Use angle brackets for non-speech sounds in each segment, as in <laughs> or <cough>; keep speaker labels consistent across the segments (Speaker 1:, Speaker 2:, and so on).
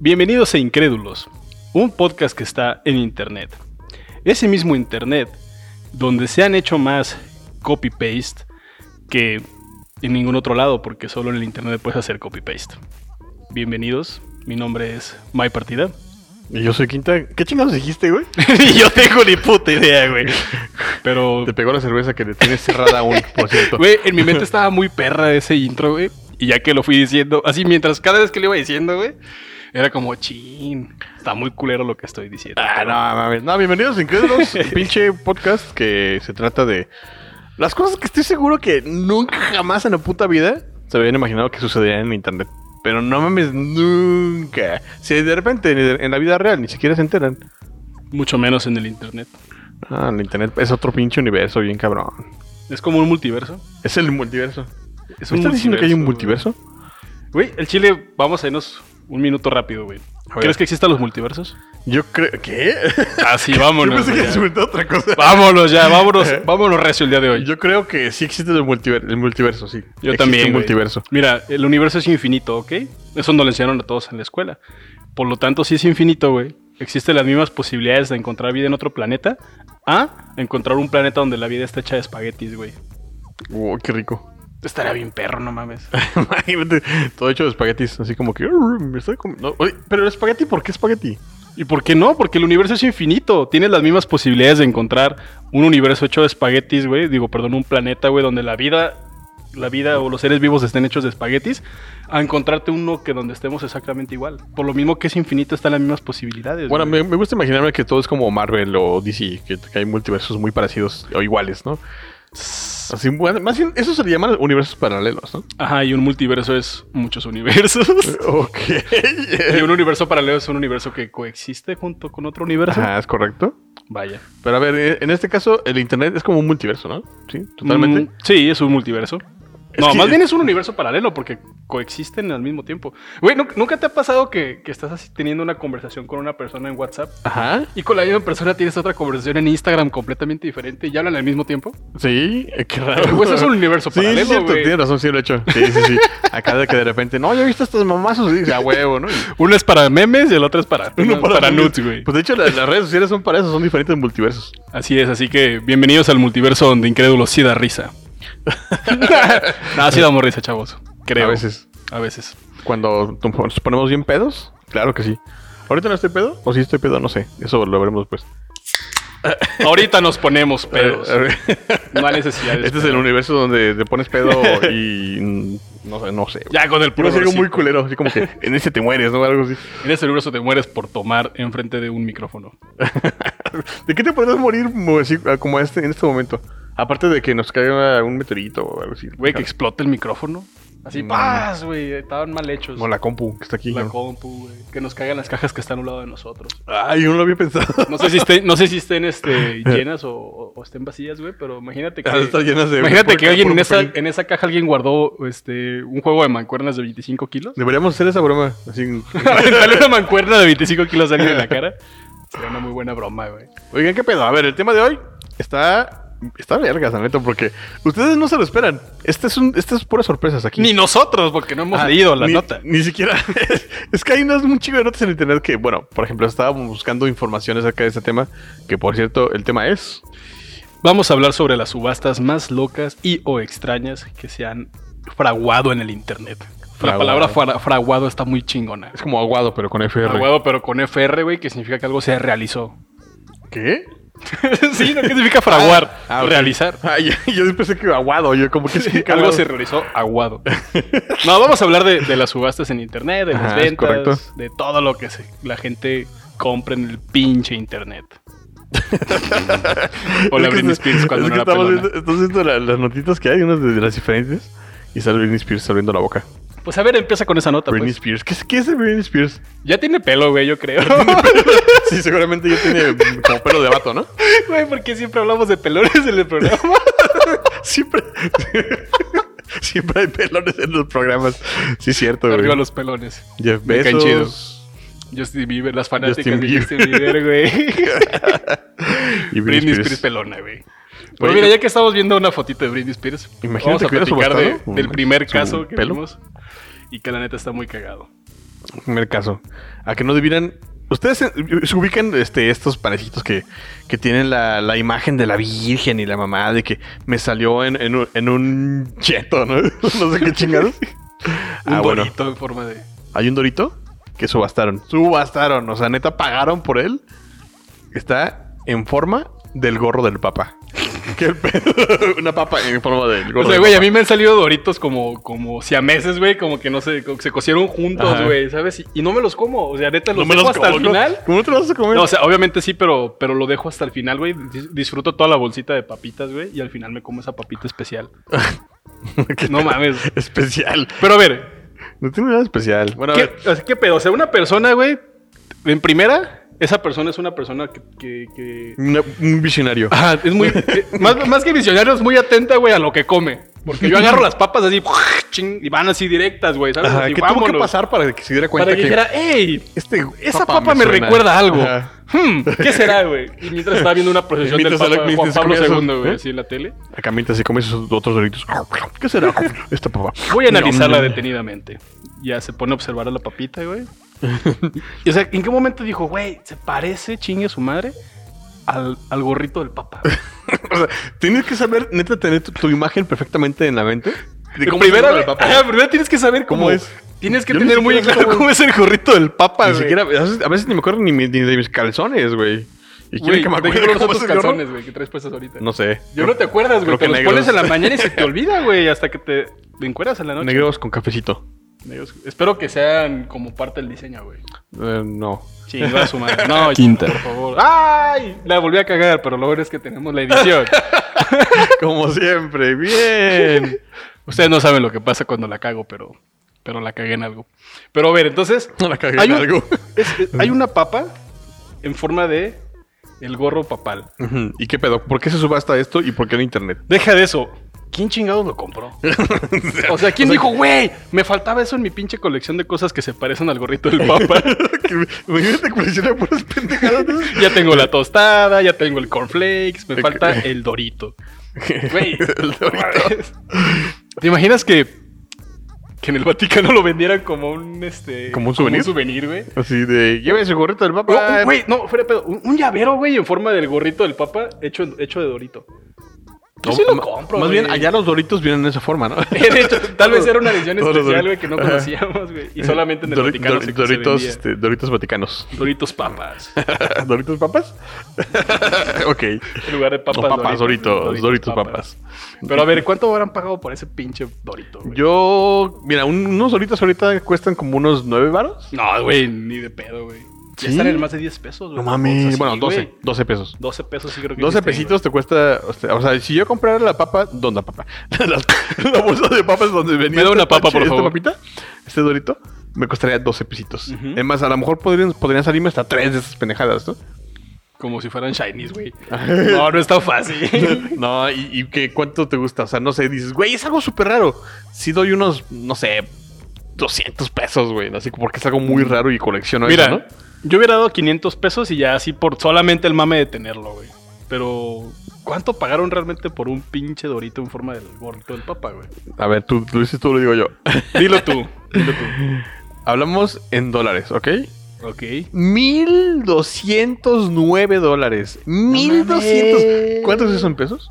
Speaker 1: Bienvenidos a Incrédulos, un podcast que está en Internet. Ese mismo Internet donde se han hecho más copy-paste que en ningún otro lado, porque solo en el Internet puedes hacer copy-paste. Bienvenidos, mi nombre es My Partida. <laughs>
Speaker 2: Y yo soy Quinta. ¿Qué chingados dijiste, güey?
Speaker 1: y yo tengo ni puta idea, güey. Pero,
Speaker 2: Te pegó la cerveza que le tienes cerrada aún, por cierto.
Speaker 1: güey, en mi mente estaba muy perra ese intro, güey. Y ya que lo fui diciendo, así mientras cada vez que lo iba diciendo, güey, era como, chin, está muy culero lo que estoy diciendo.
Speaker 2: Ah, no, mames. No, bienvenidos a Incrédulos,
Speaker 1: <laughs>
Speaker 2: pinche podcast que se trata de las cosas que estoy seguro que nunca jamás en la puta vida se habían imaginado que sucederían en internet. Pero no mames, nunca. Si de repente en en la vida real ni siquiera se enteran.
Speaker 1: Mucho menos en el internet.
Speaker 2: Ah, el internet es otro pinche universo bien cabrón.
Speaker 1: Es como un multiverso.
Speaker 2: Es el multiverso.
Speaker 1: Es
Speaker 2: ¿Me
Speaker 1: un
Speaker 2: estás diciendo que hay un
Speaker 1: multiverso,
Speaker 2: multiverso?
Speaker 1: Güey, el chile, vamos a irnos un minuto rápido, güey.
Speaker 2: ver.
Speaker 1: ¿Crees que existan los multiversos?
Speaker 2: Yo creo... ¿Qué?
Speaker 1: Así,
Speaker 2: <laughs> Yo
Speaker 1: vámonos.
Speaker 2: pensé que
Speaker 1: güey,
Speaker 2: se
Speaker 1: ya.
Speaker 2: inventó otra cosa.
Speaker 1: Vámonos ya, vámonos,
Speaker 2: <laughs>
Speaker 1: vámonos recio el día de hoy.
Speaker 2: Yo creo que sí existe el, multiver- el multiverso, sí.
Speaker 1: Yo
Speaker 2: Existe
Speaker 1: también.
Speaker 2: un
Speaker 1: güey.
Speaker 2: multiverso.
Speaker 1: Mira, el universo es infinito, ¿ok? Eso nos lo enseñaron a todos en la escuela. Por lo tanto, si es infinito, güey, existen las mismas posibilidades de encontrar vida en otro planeta a encontrar un planeta donde la vida está hecha de espaguetis, güey.
Speaker 2: Wow, qué rico.
Speaker 1: Estaría bien perro, no mames.
Speaker 2: <laughs> Imagínate, todo hecho de espaguetis, así como que "Arr, me estoy comiendo". Oye, pero el espagueti, ¿por qué espagueti?
Speaker 1: ¿Y por qué no? Porque el universo es infinito. Tienes las mismas posibilidades de encontrar un universo hecho de espaguetis, güey. Digo, perdón, un planeta, güey, donde la vida, la vida o los seres vivos estén hechos de espaguetis, a encontrarte uno que donde estemos exactamente igual. Por lo mismo que es infinito, están las mismas posibilidades.
Speaker 2: Bueno,
Speaker 1: güey.
Speaker 2: me, me gusta imaginarme que todo es como Marvel o DC, que, que hay multiversos muy parecidos o iguales, ¿no? Así, bueno, más bien, eso se le llaman universos paralelos, ¿no?
Speaker 1: Ajá, y un multiverso es muchos universos.
Speaker 2: <laughs> ok.
Speaker 1: y un universo paralelo es un universo que coexiste junto con otro universo.
Speaker 2: <laughs> Ajá, es correcto.
Speaker 1: Vaya.
Speaker 2: Pero a ver, eh, en este caso, el internet es como un multiverso, ¿no? Sí, totalmente.
Speaker 1: Mm, sí, es un multiverso.
Speaker 2: Es
Speaker 1: no,
Speaker 2: que-
Speaker 1: más bien es un universo paralelo porque coexisten al mismo tiempo. Güey, ¿nu- ¿nunca te ha pasado que, que estás así teniendo una conversación con una persona en WhatsApp
Speaker 2: Ajá.
Speaker 1: y con la misma persona tienes otra conversación en Instagram completamente diferente y ya hablan al mismo tiempo?
Speaker 2: Sí, eh, qué raro.
Speaker 1: Pues es un universo
Speaker 2: sí,
Speaker 1: paralelo,
Speaker 2: Sí, cierto,
Speaker 1: güey.
Speaker 2: tienes razón, sí lo he hecho. Sí, sí, sí. Acá de que de repente, no, yo he visto estos mamazos. Y dice, a huevo,
Speaker 1: <laughs>
Speaker 2: ¿no? Y-
Speaker 1: Uno es para memes y el otro es para,
Speaker 2: uno
Speaker 1: para,
Speaker 2: nudes.
Speaker 1: nudes, güey.
Speaker 2: Pues de hecho, las, las redes sociales son para eso, son diferentes multiversos.
Speaker 1: Así es, así que bienvenidos al multiverso donde incrédulos sí da
Speaker 2: <laughs>
Speaker 1: risa. Nada, sí damos risa, chavos. Creo.
Speaker 2: A veces.
Speaker 1: A veces.
Speaker 2: Cuando tom- nos ponemos bien pedos, claro que sí. ¿Ahorita no estoy pedo? ¿O sí estoy pedo? No sé. Eso lo veremos después.
Speaker 1: Ahorita nos ponemos pedos.
Speaker 2: A ver.
Speaker 1: No hay necesidad de
Speaker 2: Este es
Speaker 1: esperar.
Speaker 2: el universo donde te
Speaker 1: <laughs>
Speaker 2: pones pedo y. mm, No sé, no sé. güey.
Speaker 1: Ya con el
Speaker 2: Yo no
Speaker 1: puro
Speaker 2: sé, algo
Speaker 1: hocico.
Speaker 2: muy culero, así como que <laughs> en ese te mueres, ¿no? Algo así.
Speaker 1: En ese universo te mueres por tomar enfrente de un micrófono.
Speaker 2: <laughs> ¿De qué te podrías morir mo- así, ah, como este, en este momento? Aparte de que nos caiga un meteorito o algo así.
Speaker 1: Güey, que explota el micrófono. Así,
Speaker 2: No.
Speaker 1: ¡paz, güey! Estaban mal hechos.
Speaker 2: No, la compu que está aquí.
Speaker 1: La
Speaker 2: ¿no?
Speaker 1: compu, güey. Que nos caigan las cajas que están a un lado de nosotros.
Speaker 2: Ay, yo no lo había
Speaker 1: <laughs>
Speaker 2: pensado. <laughs>
Speaker 1: No sé si estén, no sé si estén este, llenas o, o- o estén vacías, güey, pero imagínate que...
Speaker 2: Ah, están llenas de-
Speaker 1: imagínate
Speaker 2: puro-
Speaker 1: que alguien en
Speaker 2: puro
Speaker 1: esa,
Speaker 2: papel.
Speaker 1: en esa caja alguien guardó este, un juego de mancuernas de 25 kilos. <laughs>
Speaker 2: Deberíamos hacer esa broma. <laughs> Así.
Speaker 1: Aventarle una mancuerna de 25 kilos a alguien en la cara. Sería una muy buena broma, güey.
Speaker 2: Oigan, ¿qué pedo? A ver, el tema de hoy está. Está vergas, la neta, porque ustedes no se lo esperan. Este es un, estas puras sorpresas aquí.
Speaker 1: Ni nosotros, porque no hemos leído la
Speaker 2: Ah, ni,
Speaker 1: nota.
Speaker 2: Ni siquiera. <laughs> es que hay unas, un chico de notas en internet que, bueno, por ejemplo, estábamos buscando información acerca de este tema. Que por cierto, el tema es.
Speaker 1: Vamos a hablar sobre las subastas más locas y o extrañas que se han fraguado en el internet. La
Speaker 2: Fraguado.
Speaker 1: palabra fra- fraguado está muy chingona.
Speaker 2: Es como aguado, pero con FR.
Speaker 1: Fraguado, pero con FR, güey, que significa que algo se realizó. <laughs>
Speaker 2: ¿Qué?
Speaker 1: sí, ¿no? ¿Qué significa fraguar?
Speaker 2: Ah, ah, ok.
Speaker 1: Realizar.
Speaker 2: Ah, yo, yo pensé que aguado, yo como
Speaker 1: <laughs>
Speaker 2: que sí,
Speaker 1: Algo
Speaker 2: aguado. <laughs>
Speaker 1: se realizó aguado. No, vamos a hablar de, de las subastas en internet, de las
Speaker 2: Ajá, es correcto.
Speaker 1: ventas, de todo lo que se- la gente compra en el pinche
Speaker 2: <laughs>
Speaker 1: internet. O la
Speaker 2: Es que
Speaker 1: Britney
Speaker 2: está-
Speaker 1: Spears cuando
Speaker 2: es
Speaker 1: no
Speaker 2: que
Speaker 1: era
Speaker 2: estamos
Speaker 1: pelona.
Speaker 2: viendo, estamos viendo la- las notitas que hay, unas de, de las diferentes. Y sale Britney Spears abriendo la boca.
Speaker 1: Pues a ver, empieza con esa nota.
Speaker 2: Britney
Speaker 1: Pues.
Speaker 2: Spears. ¿Qué, es- ¿Qué es de
Speaker 1: <laughs>
Speaker 2: Britney Spears?
Speaker 1: Ya tiene pelo, güey, yo creo.
Speaker 2: sí, seguramente ya tiene como pelo de vato, ¿no?
Speaker 1: <laughs> Güey, ¿por qué siempre hablamos de pelones en el
Speaker 2: <laughs>
Speaker 1: programa?
Speaker 2: Siempre. <laughs> Siempre hay pelones en los programas. Sí, es cierto, güey.
Speaker 1: Arriba los pelones.
Speaker 2: Jeff
Speaker 1: Me caen
Speaker 2: Bezos. <laughs>
Speaker 1: Justin Bieber, las fanáticas
Speaker 2: Justin
Speaker 1: de
Speaker 2: Bieber.
Speaker 1: Justin Bieber,
Speaker 2: <laughs>
Speaker 1: güey. <laughs>
Speaker 2: Y
Speaker 1: Britney Spears pelona, güey. Pero
Speaker 2: Oye,
Speaker 1: mira, ya que estamos viendo una fotito de Britney Spears,
Speaker 2: Imagínate
Speaker 1: vamos a
Speaker 2: que hubiera
Speaker 1: platicar de-
Speaker 2: subastado,
Speaker 1: del
Speaker 2: ¿no?
Speaker 1: primer
Speaker 2: Su
Speaker 1: caso que
Speaker 2: pelo.
Speaker 1: vimos y que la neta está muy cagado.
Speaker 2: Primer caso. A que no adivinan. Ustedes se, se ubican este, estos panecitos que, que tienen la, la imagen de la Virgen y la mamá de que me salió en, en un, en un cheto, ¿no? <laughs> no sé qué chingados.
Speaker 1: <laughs> Un
Speaker 2: Ah, bueno.
Speaker 1: dorito en forma de.
Speaker 2: Hay un Dorito que subastaron. Subastaron. O sea, neta, pagaron por él. Está en forma del gorro
Speaker 1: <laughs>
Speaker 2: del papá. ¿Qué pedo? <laughs> Una papa en forma del
Speaker 1: O
Speaker 2: gorro.
Speaker 1: sea,
Speaker 2: del
Speaker 1: güey, a
Speaker 2: papá.
Speaker 1: mí me han salido doritos como, como siameses, güey, como que no sé, como que se cocieron juntos,
Speaker 2: Ajá.
Speaker 1: güey, ¿sabes? Y, y no me los como, o sea, neta, los
Speaker 2: No me
Speaker 1: dejo
Speaker 2: los
Speaker 1: hasta el
Speaker 2: como, ¿no?
Speaker 1: final.
Speaker 2: ¿Cómo te los vas a comer?
Speaker 1: No,
Speaker 2: <laughs>
Speaker 1: o sea, obviamente sí, pero, pero lo dejo hasta el final, güey. Dis- Disfruto toda la bolsita de papitas, güey, y al final me como esa papita especial.
Speaker 2: ¿Qué
Speaker 1: no
Speaker 2: <laughs> pedo?
Speaker 1: mames.
Speaker 2: Especial.
Speaker 1: Pero a ver,
Speaker 2: No tiene nada especial. Bueno, a
Speaker 1: ¿qué,
Speaker 2: ver.
Speaker 1: o sea, ¿qué pedo? O sea, una persona, güey, en primera, esa persona es una persona que... que-
Speaker 2: <laughs>
Speaker 1: que-
Speaker 2: una- un visionario.
Speaker 1: Ajá, es muy... eh, más, más que visionario, es muy atenta, güey, a lo que come. Porque yo agarro las papas así, <laughs> ching, y van así directas, güey, ¿sabes?
Speaker 2: Ajá,
Speaker 1: Así,
Speaker 2: ¿Qué tuvo que
Speaker 1: vámonos.
Speaker 2: pasar para que se diera cuenta
Speaker 1: Para que
Speaker 2: que,
Speaker 1: dijera, hey,
Speaker 2: este,
Speaker 1: esa papa, me,
Speaker 2: suena"?
Speaker 1: recuerda a algo.
Speaker 2: Ajá.
Speaker 1: Hmm, <laughs> ¿Qué será, güey? Y mientras estaba viendo una procesión del
Speaker 2: Mientras
Speaker 1: Papa
Speaker 2: la-
Speaker 1: Juan
Speaker 2: mientras
Speaker 1: Pablo
Speaker 2: comía eso,
Speaker 1: II, güey,
Speaker 2: ¿eh?
Speaker 1: así en la tele.
Speaker 2: Acá mientras se come sus otros doritos. ¿Qué será? Esta papa.
Speaker 1: Voy a analizarla detenidamente. Ya se pone a observar a la papita, güey. Y, o sea, ¿en qué momento dijo, güey, se parece, chingue su madre, al, al gorrito del
Speaker 2: <laughs>
Speaker 1: Papa?
Speaker 2: <laughs> O sea, tienes que saber, neta, tener tu, tu imagen perfectamente en la mente. De
Speaker 1: Pero
Speaker 2: cómo se
Speaker 1: primero,
Speaker 2: llama el Papa.
Speaker 1: ajá, primero tienes que saber cómo,
Speaker 2: ¿Cómo
Speaker 1: es.
Speaker 2: es?
Speaker 1: <laughs> Tienes que
Speaker 2: Yo ni
Speaker 1: tener muy
Speaker 2: siquiera sé
Speaker 1: claro
Speaker 2: cómo-
Speaker 1: cómo es el gorrito del Papa,
Speaker 2: Ni
Speaker 1: güey.
Speaker 2: siquiera, a veces, a veces ni me acuerdo ni, mi- ni de mis calzones, güey. <laughs> Y
Speaker 1: Güey,
Speaker 2: quieren que me
Speaker 1: ¿de qué
Speaker 2: acuerde
Speaker 1: color son
Speaker 2: cómo
Speaker 1: tus
Speaker 2: es el gorro.
Speaker 1: calzones, güey, que traes puestos ahorita?
Speaker 2: No sé.
Speaker 1: Yo no te acuerdas, güey.
Speaker 2: Creo
Speaker 1: Te
Speaker 2: que
Speaker 1: los
Speaker 2: negros.
Speaker 1: pones en la mañana y se te olvida, güey, hasta que te, te encueras
Speaker 2: <laughs>
Speaker 1: en la noche.
Speaker 2: Negros con cafecito.
Speaker 1: Negros. Espero que sean como parte del diseño, güey.
Speaker 2: Eh, no.
Speaker 1: Chinga su madre. No, Quinta. por favor. ¡Ay! La volví a cagar, pero lo bueno es que tenemos la edición.
Speaker 2: <laughs> Como siempre, bien.
Speaker 1: Ustedes no saben lo que pasa cuando la cago, pero, pero la cagué en algo. Pero a ver, entonces.
Speaker 2: No la cagué
Speaker 1: hay
Speaker 2: en
Speaker 1: un-
Speaker 2: algo.
Speaker 1: <laughs> es- es- hay una papa en forma de el gorro papal.
Speaker 2: Ujú. ¿Y qué pedo? ¿Por qué se subasta esto y por qué
Speaker 1: <laughs>
Speaker 2: en internet?
Speaker 1: Deja de eso. ¿Quién chingados lo compró? O sea, ¿quién dijo, güey? Me faltaba eso en mi pinche colección de cosas que se parecen al gorrito del papa.
Speaker 2: Que- Imagínate que me por puras pendejadas. ¿no?
Speaker 1: <laughs> ya tengo la tostada, ya tengo el cornflakes, me falta el dorito. <laughs> Güey.
Speaker 2: El Dorito.
Speaker 1: ¿Te imaginas que, que en el Vaticano lo vendieran como un este.
Speaker 2: ¿Como un souvenir?
Speaker 1: güey. Ah,
Speaker 2: Así de, lleve su gorrito del
Speaker 1: No, un-
Speaker 2: papá.
Speaker 1: Oh, Güey, no, fuera de pedo. Un, un llavero, güey, en forma del gorrito del papa hecho, hecho de dorito. Yo sí lo
Speaker 2: ma-
Speaker 1: compro,
Speaker 2: Más
Speaker 1: güey. <laughs>
Speaker 2: bien, allá los doritos vienen de esa forma, ¿no?
Speaker 1: De hecho, tal vez era una edición
Speaker 2: Todos los
Speaker 1: especial,
Speaker 2: Doritos.
Speaker 1: güey, que no
Speaker 2: Ajá.
Speaker 1: conocíamos, güey. <laughs> Y solamente en el
Speaker 2: Dori-
Speaker 1: Vaticano
Speaker 2: Dor-
Speaker 1: se, se
Speaker 2: Doritos,
Speaker 1: vendía.
Speaker 2: este,
Speaker 1: <laughs>
Speaker 2: Doritos Vaticanos.
Speaker 1: Doritos papas.
Speaker 2: ¿Doritos papas? <laughs> ok.
Speaker 1: En lugar de papas,
Speaker 2: O papas, Doritos, Doritos, papas.
Speaker 1: Pero a ver, ¿cuánto habrán pagado por ese pinche dorito, güey?
Speaker 2: Yo, mira, un- unos Doritos ahorita cuestan como unos 9 varos.
Speaker 1: No, güey, ni de pedo, güey. Ya
Speaker 2: ¿Sí?
Speaker 1: están en más de 10 pesos, güey.
Speaker 2: No mames.
Speaker 1: O sea, sí,
Speaker 2: bueno, 12,
Speaker 1: güey.
Speaker 2: 12 pesos.
Speaker 1: 12 pesos sí creo que
Speaker 2: 12
Speaker 1: sí tengo,
Speaker 2: pesitos te cuesta, o sea, o sea, si yo comprara la papa, ¿dónde la papa? <laughs> la, la bolsa de papas donde venía.
Speaker 1: Me da
Speaker 2: este
Speaker 1: una papa,
Speaker 2: pache-
Speaker 1: por
Speaker 2: este
Speaker 1: favor.
Speaker 2: papita, este dorito, me costaría 12 pesitos.
Speaker 1: Ujú.
Speaker 2: Es más, a lo mejor podrían, podrían salirme hasta tres de esas
Speaker 1: <laughs>
Speaker 2: pendejadas, ¿no? <laughs>
Speaker 1: güey. Como si fueran shinies, güey. No, no está fácil.
Speaker 2: <laughs> No, y, y que cuánto te gusta. O sea, no sé, dices, güey, es algo súper raro. Si doy unos, no sé, 200 pesos, güey. Así como porque es algo muy raro y colecciono
Speaker 1: Mira,
Speaker 2: eso, ¿no?
Speaker 1: yo hubiera dado 500 pesos y ya así por solamente el mame de tenerlo, güey. Pero, ¿cuánto pagaron realmente por un pinche dorito en forma del gorrito del papa, güey?
Speaker 2: A ver, tú lo dices tú, lo digo yo. <laughs>
Speaker 1: Dilo tú, dilo tú.
Speaker 2: Hablamos en dólares, ¿ok?
Speaker 1: Ok.
Speaker 2: 1209 dólares. 1200.
Speaker 1: mames.
Speaker 2: ¿Cuánto es eso en pesos?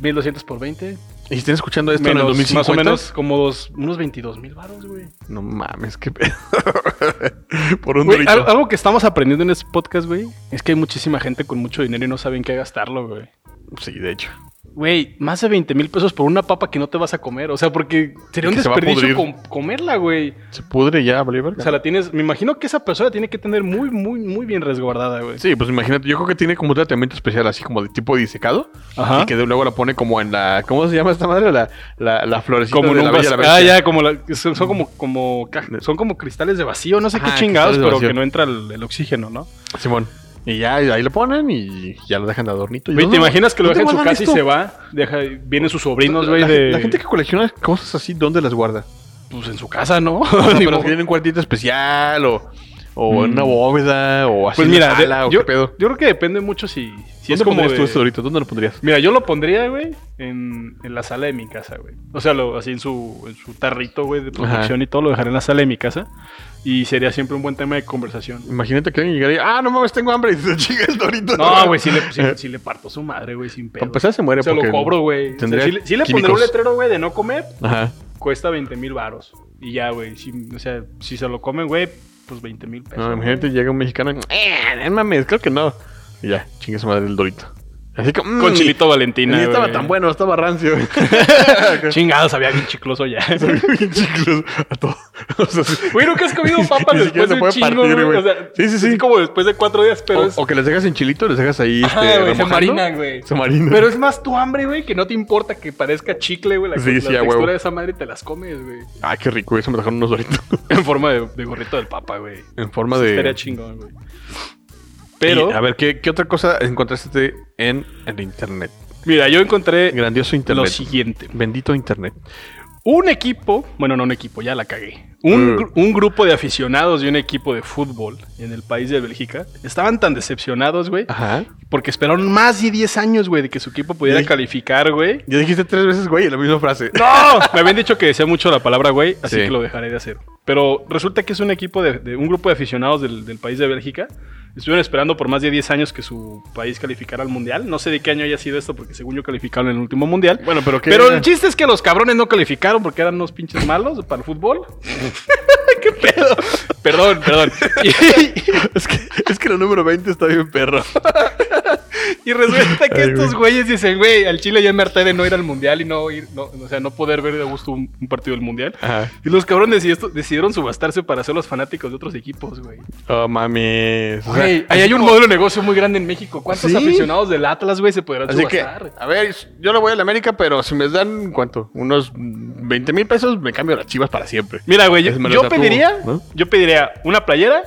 Speaker 1: 1200 por 20.
Speaker 2: Y si están escuchando esto en el
Speaker 1: menos,
Speaker 2: 2050.
Speaker 1: más o menos como dos, unos 22 mil baros, güey.
Speaker 2: No mames, qué pedo. <laughs> Por un
Speaker 1: Güey,
Speaker 2: dorito.
Speaker 1: al- algo que estamos aprendiendo en este podcast, güey, es que hay muchísima gente con mucho dinero y no saben qué gastarlo, güey.
Speaker 2: Sí, de hecho.
Speaker 1: Güey, más de 20 mil pesos por una papa que no te vas a comer. O sea, porque sería un
Speaker 2: Que se va a
Speaker 1: desperdicio
Speaker 2: pudrir.
Speaker 1: com- comerla, güey.
Speaker 2: Se pudre ya, vale, verga.
Speaker 1: O sea, la tienes. Me imagino que esa persona tiene que tener muy, muy, muy bien resguardada, güey.
Speaker 2: Sí, pues imagínate, yo creo que tiene como un tratamiento especial, así como de tipo disecado.
Speaker 1: Ajá.
Speaker 2: Y que de- luego la pone como en la. ¿Cómo se llama esta madre? La, la, la florecita
Speaker 1: Como
Speaker 2: de
Speaker 1: en
Speaker 2: la
Speaker 1: un
Speaker 2: bella y
Speaker 1: vas-
Speaker 2: la
Speaker 1: Ah,
Speaker 2: bestia.
Speaker 1: ya, como la- son, son como, como ca- son como cristales de vacío, no sé
Speaker 2: Ajá,
Speaker 1: qué chingados,
Speaker 2: Ah, cristales de
Speaker 1: pero
Speaker 2: vacío.
Speaker 1: que no entra el, el oxígeno, ¿no?
Speaker 2: Simón. Y ya, y ahí lo ponen y ya lo dejan de adornito. Y
Speaker 1: Güey,
Speaker 2: yo,
Speaker 1: ¿te
Speaker 2: no,
Speaker 1: imaginas que lo
Speaker 2: ¿no te
Speaker 1: deja en su
Speaker 2: guardan
Speaker 1: casa y
Speaker 2: esto?
Speaker 1: se va? Deja, vienen sus sobrinos,
Speaker 2: La-
Speaker 1: güey,
Speaker 2: la,
Speaker 1: de.
Speaker 2: la gente que colecciona cosas así, ¿dónde las
Speaker 1: <laughs>
Speaker 2: guarda?
Speaker 1: Pues en su casa, ¿no? <laughs>
Speaker 2: O sea,
Speaker 1: Digo,
Speaker 2: pero tiene un cuartito especial o, o en
Speaker 1: Mm.
Speaker 2: una bóveda o así.
Speaker 1: Pues
Speaker 2: en la
Speaker 1: mira, de-
Speaker 2: sala, o
Speaker 1: yo,
Speaker 2: qué pedo.
Speaker 1: yo creo que depende mucho si, Si es
Speaker 2: ¿Dónde
Speaker 1: como
Speaker 2: pondrías tú
Speaker 1: de-
Speaker 2: esto ahorita? ¿Dónde lo pondrías?
Speaker 1: Mira, yo lo pondría, güey, en, en la sala de mi casa, güey. O sea, lo, así en su, en su tarrito, güey, de producción y todo, lo dejaré en la sala de mi casa. Y sería siempre un buen tema de
Speaker 2: <laughs>
Speaker 1: conversación.
Speaker 2: Imagínate que alguien llegara y, ah, no mames, tengo hambre y <laughs> se chinga el dorito.
Speaker 1: No, güey, sí le, sí, sí le parto su madre, güey, sin
Speaker 2: Para
Speaker 1: pedo.
Speaker 2: empezar se muere
Speaker 1: Se lo
Speaker 2: porque
Speaker 1: cobro, güey. O sea,
Speaker 2: tendría
Speaker 1: sí, le- sí le pondré un
Speaker 2: químicos.
Speaker 1: letrero, güey, de no comer,
Speaker 2: Ajá.
Speaker 1: cuesta 20 mil varos. Y ya, güey, si, o sea, si se lo comen, güey, pues 20 mil pesos.
Speaker 2: No, imagínate,
Speaker 1: güey.
Speaker 2: llega un mexicano y, eh, no mames, creo que no. Y ya, chingue su madre el dorito. Así que,
Speaker 1: Con chilito
Speaker 2: Ni
Speaker 1: Valentina, güey.
Speaker 2: estaba tan bueno,
Speaker 1: <laughs>
Speaker 2: estaba rancio. <laughs>
Speaker 1: Chingado, sabía bien chicloso ya.
Speaker 2: Chicos, a todo. <laughs> O sea, sí.
Speaker 1: Güey, nunca has comido papas
Speaker 2: <laughs> Ni siquiera
Speaker 1: después
Speaker 2: se
Speaker 1: de un
Speaker 2: puede
Speaker 1: chingo,
Speaker 2: partir,
Speaker 1: güey.
Speaker 2: güey.
Speaker 1: O sea,
Speaker 2: Sí, sí, sí.
Speaker 1: Es como después de cuatro días, pero
Speaker 2: o,
Speaker 1: es...
Speaker 2: o que les dejas en chilito, les dejas ahí.
Speaker 1: Ajá,
Speaker 2: este,
Speaker 1: güey, se
Speaker 2: remojando.
Speaker 1: marinan, güey.
Speaker 2: Se marinan.
Speaker 1: Pero es más tu hambre, güey, que no te importa que parezca chicle, güey. La,
Speaker 2: Sí,
Speaker 1: la
Speaker 2: sí, a
Speaker 1: textura
Speaker 2: huevo.
Speaker 1: de esa madre y te las comes, güey.
Speaker 2: Ah, qué rico, eso me dejaron unos doritos. <laughs>
Speaker 1: En forma de, de gorrito del papa, güey.
Speaker 2: en forma de.
Speaker 1: Estaría chingón, güey. Pero,
Speaker 2: Y, a ver, ¿qué, qué otra cosa encontraste en el internet?
Speaker 1: mira, yo encontré
Speaker 2: Grandioso
Speaker 1: lo
Speaker 2: internet.
Speaker 1: siguiente.
Speaker 2: Bendito internet.
Speaker 1: Un equipo, bueno, no un equipo, ya la cagué. Un,
Speaker 2: Mm.
Speaker 1: gru- un grupo de aficionados de un equipo de fútbol en el país de Bélgica estaban tan decepcionados, güey,
Speaker 2: Ajá.
Speaker 1: porque esperaron más de 10 años, güey, de que su equipo pudiera
Speaker 2: Sí.
Speaker 1: calificar,
Speaker 2: <laughs>
Speaker 1: güey.
Speaker 2: Ya dijiste tres veces, güey, en la misma frase.
Speaker 1: ¡No! Me habían dicho que decía mucho la palabra, güey, así
Speaker 2: Sí.
Speaker 1: que lo dejaré de hacer. Pero resulta que es un equipo de, de- un grupo de aficionados del, del país de Bélgica. Estuvieron esperando por más de 10 años que su país calificara al mundial. No sé de qué año haya sido esto, porque según yo calificaron en el último mundial.
Speaker 2: <laughs> Bueno, pero ¿qué
Speaker 1: Pero
Speaker 2: era?
Speaker 1: el chiste es que los cabrones no calificaron porque eran unos pinches malos para el
Speaker 2: <laughs>
Speaker 1: fútbol. ¿Qué pedo? Perdón, perdón. Y,
Speaker 2: <laughs> es, que, es que la número 20 está bien perro. <laughs>
Speaker 1: y resulta que
Speaker 2: Ay,
Speaker 1: estos güeyes dicen, güey, al Chile ya me harté de no ir al mundial y no ir, no, o sea, no poder ver de gusto un, un partido del mundial.
Speaker 2: Ajá.
Speaker 1: Y los cabrones deci- decidieron subastarse para ser los fanáticos de otros equipos, güey.
Speaker 2: Oh, mami.
Speaker 1: Güey, ahí hay un modelo de negocio muy grande en México. ¿Cuántos
Speaker 2: ¿Sí?
Speaker 1: aficionados del Atlas, güey, se podrán
Speaker 2: Así que,
Speaker 1: subastar?
Speaker 2: a ver, yo le voy a la América, pero si me dan, ¿cuánto? Unos 20 mil pesos, me cambio las chivas para siempre.
Speaker 1: Mira, güey, yo,
Speaker 2: Es menos
Speaker 1: yo
Speaker 2: tatuo,
Speaker 1: pediría,
Speaker 2: ¿no?
Speaker 1: yo pediría una playera,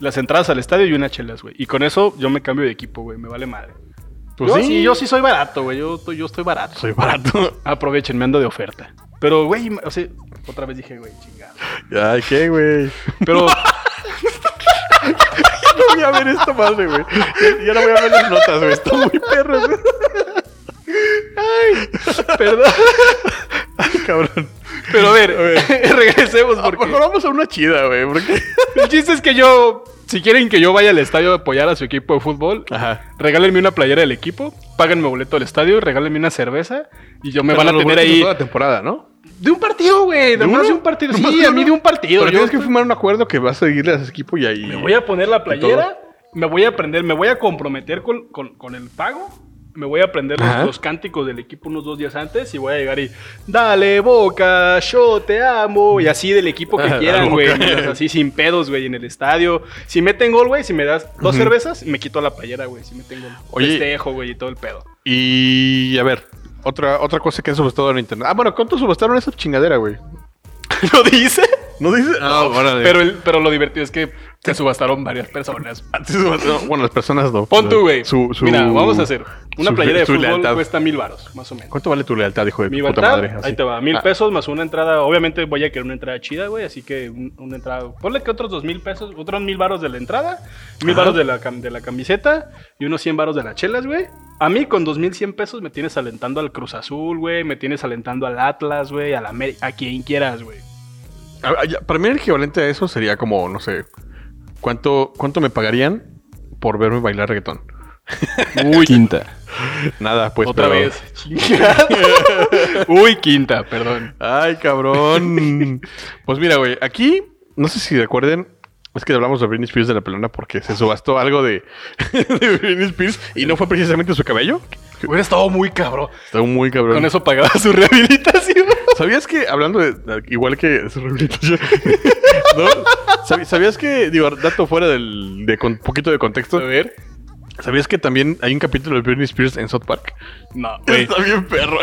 Speaker 1: las entradas al estadio y una chelas, güey. Y con eso yo me cambio de equipo, güey. Me vale madre.
Speaker 2: Pues
Speaker 1: yo
Speaker 2: sí.
Speaker 1: sí. yo sí soy barato, güey. Yo, estoy- yo estoy barato.
Speaker 2: Soy barato.
Speaker 1: Aprovechen, me ando de oferta. Pero, güey, o sea, otra vez dije, güey, chingada.
Speaker 2: <laughs> Ay, ¿qué, güey? <laughs>
Speaker 1: Pero, <laughs>
Speaker 2: No voy a ver esta madre, güey. Ya- Ya no voy a ver las notas, güey. Está muy perro, güey.
Speaker 1: perdón.
Speaker 2: Cabrón.
Speaker 1: Pero a ver,
Speaker 2: A ver.
Speaker 1: <laughs> regresemos
Speaker 2: Por
Speaker 1: porque...
Speaker 2: favor, vamos a una chida, güey. Porque...
Speaker 1: El chiste es que yo, si quieren que yo vaya al estadio a apoyar a su equipo de fútbol,
Speaker 2: Ajá.
Speaker 1: regálenme una playera del equipo, páganme boleto al estadio, regálenme una cerveza y yo me
Speaker 2: Pero
Speaker 1: van a
Speaker 2: los
Speaker 1: tener
Speaker 2: boletos de
Speaker 1: ahí.
Speaker 2: Toda la temporada, ¿no?
Speaker 1: De un partido, güey, de más de un partido.
Speaker 2: ¿Nomás
Speaker 1: Sí,
Speaker 2: de
Speaker 1: a mí
Speaker 2: uno?
Speaker 1: de un partido.
Speaker 2: Pero
Speaker 1: yo
Speaker 2: tienes que
Speaker 1: estoy-
Speaker 2: firmar un acuerdo que vas a seguirle a ese equipo y ahí.
Speaker 1: Me voy a poner la
Speaker 2: todo.
Speaker 1: playera, me voy a aprender, me voy a comprometer con, con- con el pago. Me voy a aprender los,
Speaker 2: Ajá.
Speaker 1: los cánticos del equipo unos dos días antes y voy a llegar y dale boca, yo te amo y así del equipo que
Speaker 2: Ah,
Speaker 1: quieran,
Speaker 2: Boca.
Speaker 1: güey, mientras así sin pedos, güey, en el estadio. Si meten gol, güey, si me das dos cervezas, me quito la playera, güey, si meten gol.
Speaker 2: Oye.
Speaker 1: Festejo, güey, y todo el pedo. <laughs>
Speaker 2: Y a ver, otra, otra cosa que han subastado en internet. Ah, bueno, ¿cuánto subastaron esa chingadera, güey?
Speaker 1: ¿Lo dice?
Speaker 2: ¿No dice?
Speaker 1: Ah,
Speaker 2: No,
Speaker 1: Pero, el- pero lo divertido es que se subastaron varias
Speaker 2: <laughs>
Speaker 1: personas.
Speaker 2: antes subastaron- Bueno, las personas no.
Speaker 1: Pon tú, güey.
Speaker 2: Su- su-
Speaker 1: Mira, vamos a hacer. Una
Speaker 2: su-
Speaker 1: playera de
Speaker 2: su
Speaker 1: fútbol
Speaker 2: lealtad.
Speaker 1: cuesta mil varos, más o menos.
Speaker 2: ¿Cuánto vale tu lealtad, hijo de
Speaker 1: Mi
Speaker 2: tu puta
Speaker 1: verdad,
Speaker 2: madre? Así.
Speaker 1: ahí te va, mil
Speaker 2: Ah,
Speaker 1: pesos más una entrada. Obviamente voy a querer una entrada chida, güey. Así que un- una entrada. Ponle que otros dos mil pesos, otros mil varos de la entrada, mil
Speaker 2: Ajá.
Speaker 1: varos de la, cam- de la camiseta y unos cien varos de las chelas, güey. A mí con dos mil cien pesos me tienes alentando al Cruz Azul, güey. Me tienes alentando al Atlas, güey. A, la Ameri- a quien quieras,
Speaker 2: <laughs>
Speaker 1: güey.
Speaker 2: a- a- ya, para mí el equivalente a eso sería como, no sé, ¿cuánto, cuánto me pagarían por verme bailar reggaetón?
Speaker 1: Uy, quinta.
Speaker 2: Nada, pues.
Speaker 1: Otra
Speaker 2: pero-
Speaker 1: vez. Chingada. <laughs> Uy, quinta, perdón.
Speaker 2: Ay,
Speaker 1: <laughs>
Speaker 2: cabrón. pues mira, güey, aquí, no sé si recuerden, es que hablamos de Britney Spears de la pelona porque se subastó algo de, <laughs> de Britney Spears y no fue precisamente su cabello.
Speaker 1: Hubiera estado muy cabrón.
Speaker 2: Está muy cabrón.
Speaker 1: Con eso pagaba
Speaker 2: <laughs>
Speaker 1: su rehabilitación.
Speaker 2: ¿Sabías que, hablando de, igual que <laughs> su rehabilitación, ¿no? Sabi- ¿Sabías que, digo, dato fuera del, de con poquito de contexto,
Speaker 1: ver.
Speaker 2: ¿sabías que también hay un capítulo de Britney Spears en South Park?
Speaker 1: No, güey.
Speaker 2: Está bien perro.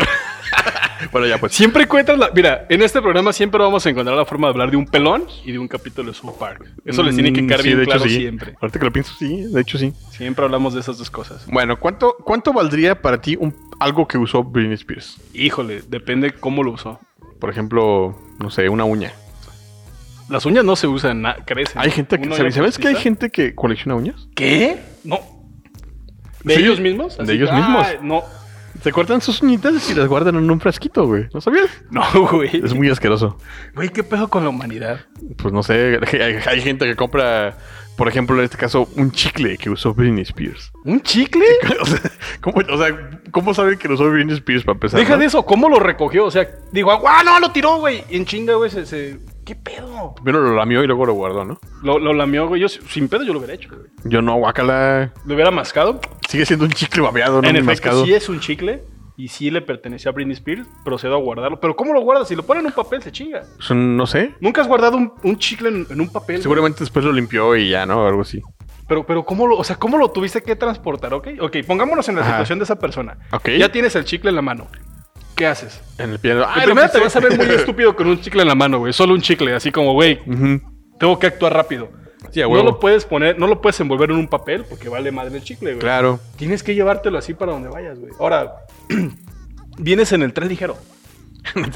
Speaker 2: <laughs> bueno, ya pues.
Speaker 1: Siempre encuentras la. Mira, en este programa siempre vamos a encontrar la forma de hablar de un pelón y de un capítulo de South Park. Eso les tiene que
Speaker 2: Mm,
Speaker 1: quedar
Speaker 2: sí,
Speaker 1: bien
Speaker 2: de hecho,
Speaker 1: claro
Speaker 2: sí.
Speaker 1: siempre.
Speaker 2: Ahorita que lo pienso, sí, de hecho sí.
Speaker 1: Siempre hablamos de esas dos cosas.
Speaker 2: Bueno, ¿cuánto, cuánto valdría para ti un, algo que usó Britney Spears?
Speaker 1: Híjole, depende cómo lo usó.
Speaker 2: Por ejemplo, no sé, una uña.
Speaker 1: Las uñas no se usan, na- crecen.
Speaker 2: Hay gente que.
Speaker 1: Uno
Speaker 2: ¿Sabes,
Speaker 1: ya
Speaker 2: sabes que hay
Speaker 1: precisa.
Speaker 2: gente que colecciona uñas?
Speaker 1: ¿Qué? No. ¿De
Speaker 2: Sí,
Speaker 1: ellos mismos?
Speaker 2: de
Speaker 1: Así
Speaker 2: ellos
Speaker 1: que,
Speaker 2: mismos.
Speaker 1: "Ah, No, <laughs>
Speaker 2: Se cortan sus uñitas y las guardan en un frasquito, güey. ¿No sabías?
Speaker 1: no, güey.
Speaker 2: Es muy asqueroso.
Speaker 1: Güey, ¿qué pedo con la humanidad?
Speaker 2: Pues no sé, <laughs> hay, hay gente que compra, por ejemplo, en este caso, un chicle que usó Britney Spears. <laughs>
Speaker 1: ¿Un chicle?
Speaker 2: o, sea, ¿cómo, o sea, ¿cómo saben que lo usó Britney Spears para empezar?
Speaker 1: Deja
Speaker 2: no?
Speaker 1: de eso, ¿cómo lo recogió? O sea, digo, ¡ah, no! Lo tiró, güey. Y en chinga, güey, se, se- ¿Qué pedo?
Speaker 2: Primero lo lamió y luego lo guardó, ¿no?
Speaker 1: Lo, lo lamió, güey. Yo, sin pedo, yo lo hubiera hecho, güey.
Speaker 2: Yo no, guácala.
Speaker 1: Lo hubiera mascado.
Speaker 2: Sigue siendo un chicle babeado, ¿no?
Speaker 1: en
Speaker 2: Ni
Speaker 1: efecto,
Speaker 2: mascado.
Speaker 1: sí es un chicle. Y sí le pertenecía a Britney Spears. Procedo a guardarlo. Pero ¿cómo lo guardas? Si lo ponen en un papel, se chinga.
Speaker 2: Pues, No sé.
Speaker 1: Nunca has guardado un, un chicle en, en un papel. güey?
Speaker 2: Seguramente después lo limpió y ya, ¿no? Algo así.
Speaker 1: Pero, pero ¿cómo lo, o sea, cómo lo tuviste que transportar? Ok, ok, pongámonos en la
Speaker 2: Ajá.
Speaker 1: situación de esa persona.
Speaker 2: Ok.
Speaker 1: Ya tienes el chicle en la mano. ¿Qué haces?
Speaker 2: En el piano.
Speaker 1: Ah,
Speaker 2: Ah,
Speaker 1: De primera te vas a
Speaker 2: <laughs>
Speaker 1: ver muy estúpido con un chicle en la mano, güey. Solo un chicle, así como, güey, tengo que actuar rápido.
Speaker 2: Sí, a
Speaker 1: no
Speaker 2: huevo.
Speaker 1: lo puedes poner, no lo puedes envolver en un papel porque vale madre el chicle, güey.
Speaker 2: Claro.
Speaker 1: Tienes que llevártelo así para donde vayas, güey. Ahora, <clears throat> vienes en el tren ligero.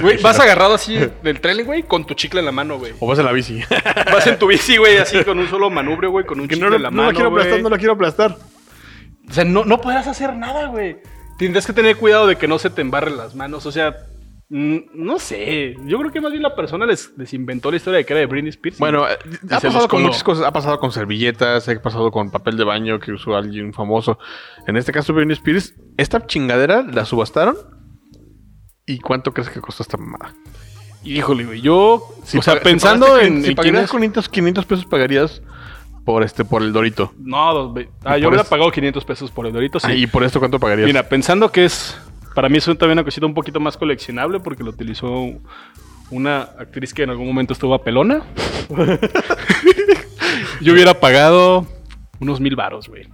Speaker 1: Güey, vas agarrado así del tren, güey, con tu chicle en la mano, güey.
Speaker 2: <laughs> O vas a
Speaker 1: <laughs>
Speaker 2: la bici.
Speaker 1: Vas en tu bici, güey, así con un solo manubrio, güey, con un
Speaker 2: que
Speaker 1: chicle
Speaker 2: no, lo-
Speaker 1: en la
Speaker 2: no
Speaker 1: mano.
Speaker 2: lo quiero
Speaker 1: güey.
Speaker 2: aplastar, no lo quiero aplastar.
Speaker 1: O sea, no, no podrás hacer nada, güey. Tendrás que tener cuidado de que no se te embarren las manos. O sea, mm, no sé. Yo creo que más bien la persona les, les inventó la historia de que era de Britney Spears.
Speaker 2: Bueno, eh,
Speaker 1: se
Speaker 2: ha
Speaker 1: los
Speaker 2: pasado con
Speaker 1: coló.
Speaker 2: muchas cosas. Ha pasado con servilletas, ha pasado con papel de baño que usó alguien famoso. En este caso, Britney Spears, esta chingadera la subastaron. ¿Y cuánto crees que costó esta mamada? eh,
Speaker 1: híjole, güey. Yo, o sea,
Speaker 2: pag-
Speaker 1: pensando
Speaker 2: pagaste
Speaker 1: en,
Speaker 2: quin- Si
Speaker 1: en quién
Speaker 2: pagarías
Speaker 1: es-
Speaker 2: con 500, 500 pesos, pagarías por, este, por el Dorito.
Speaker 1: No, dos ve- Ah,
Speaker 2: Y
Speaker 1: yo
Speaker 2: por
Speaker 1: hubiera
Speaker 2: eso-
Speaker 1: pagado 500 pesos por el Dorito, sí.
Speaker 2: Ah, ¿Y por esto cuánto pagarías?
Speaker 1: Mira, pensando que es... Para mí es un- también una cosita un poquito más coleccionable porque lo utilizó una actriz que en algún momento estuvo a pelona. <laughs> yo hubiera pagado unos mil varos, güey.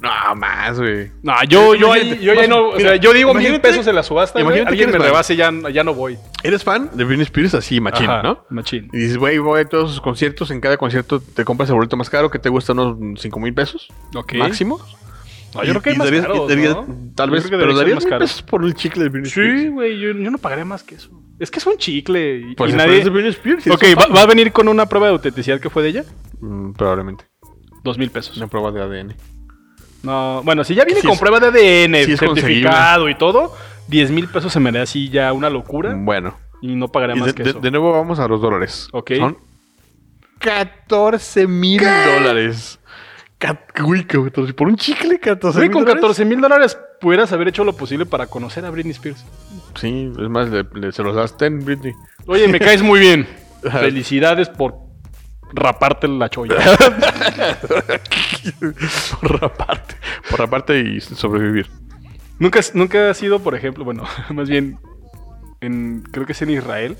Speaker 2: no más, güey.
Speaker 1: No, yo, yo,
Speaker 2: Imagínate,
Speaker 1: ahí- yo ya no. O
Speaker 2: mira,
Speaker 1: sea, yo digo mil
Speaker 2: imagínate-
Speaker 1: pesos en la subasta. güey,
Speaker 2: imagínate
Speaker 1: alguien
Speaker 2: que
Speaker 1: me
Speaker 2: eres man.
Speaker 1: rebase, ya, ya no voy.
Speaker 2: ¿Eres fan de Britney Spears? Así, machín,
Speaker 1: Ajá,
Speaker 2: ¿no?
Speaker 1: Machín.
Speaker 2: Y dices, güey, voy a todos sus conciertos. En cada concierto te compras el boleto más caro que te gusta unos 5 mil pesos
Speaker 1: Ok.
Speaker 2: máximo.
Speaker 1: No, yo creo que hay
Speaker 2: Y
Speaker 1: más
Speaker 2: darías- y
Speaker 1: caros,
Speaker 2: darías-
Speaker 1: ¿no?
Speaker 2: Tal
Speaker 1: Yo
Speaker 2: vez,
Speaker 1: creo que
Speaker 2: pero
Speaker 1: deberían ser
Speaker 2: darías
Speaker 1: más
Speaker 2: mil
Speaker 1: caros.
Speaker 2: pesos por el chicle de Britney
Speaker 1: Sí,
Speaker 2: Spears.
Speaker 1: güey, yo, yo no pagaré más que eso. Es que es un chicle. Y,
Speaker 2: Pues
Speaker 1: y
Speaker 2: si
Speaker 1: nadie.
Speaker 2: fueras de Britney Spears.
Speaker 1: ok,
Speaker 2: eres
Speaker 1: va,
Speaker 2: fan.
Speaker 1: va a venir con una prueba de autenticidad que fue de ella.
Speaker 2: Mm, probablemente.
Speaker 1: Dos mil pesos.
Speaker 2: Una prueba de ADN.
Speaker 1: No, bueno, si ya viene
Speaker 2: Sí
Speaker 1: con
Speaker 2: es-
Speaker 1: prueba de ADN,
Speaker 2: sí es
Speaker 1: certificado y todo, diez mil pesos se me haría así ya una locura.
Speaker 2: Bueno.
Speaker 1: Y no pagaré
Speaker 2: Mm. Y
Speaker 1: más
Speaker 2: de,
Speaker 1: que
Speaker 2: de-
Speaker 1: eso.
Speaker 2: de nuevo vamos a los dólares.
Speaker 1: Ok.
Speaker 2: Son 14 mil dólares. Cat- Uy, 14, por un chicle, 14
Speaker 1: Güey,
Speaker 2: mil
Speaker 1: con
Speaker 2: dólares.
Speaker 1: 14 mil dólares pudieras haber hecho lo posible para conocer a Britney Spears.
Speaker 2: Sí, es más, le- le- se los das ten,
Speaker 1: <laughs>
Speaker 2: Britney.
Speaker 1: Oye, me caes muy bien.
Speaker 2: <laughs> Ajá.
Speaker 1: Felicidades por raparte la cholla.
Speaker 2: <laughs> por aparte. Por aparte y sobrevivir.
Speaker 1: nunca, has- nunca ha sido, por ejemplo, bueno, <laughs> más bien, en, creo que es en Israel,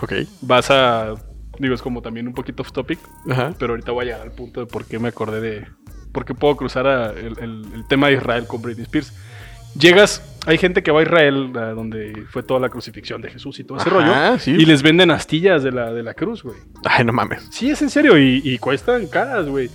Speaker 2: Ok.
Speaker 1: vas a, digo, es como también un poquito off topic,
Speaker 2: Ajá.
Speaker 1: pero ahorita voy a llegar al punto de por qué me acordé de, por qué puedo cruzar a- el, el- el tema de Israel con Britney Spears. Llegas, hay gente que va a Israel, a donde fue toda la crucifixión de Jesús y todo ese
Speaker 2: Ajá,
Speaker 1: rollo,
Speaker 2: sí.
Speaker 1: y les venden astillas de la, de la cruz, güey.
Speaker 2: Ay, no mames.
Speaker 1: Sí, es en serio, y, y cuestan caras, güey.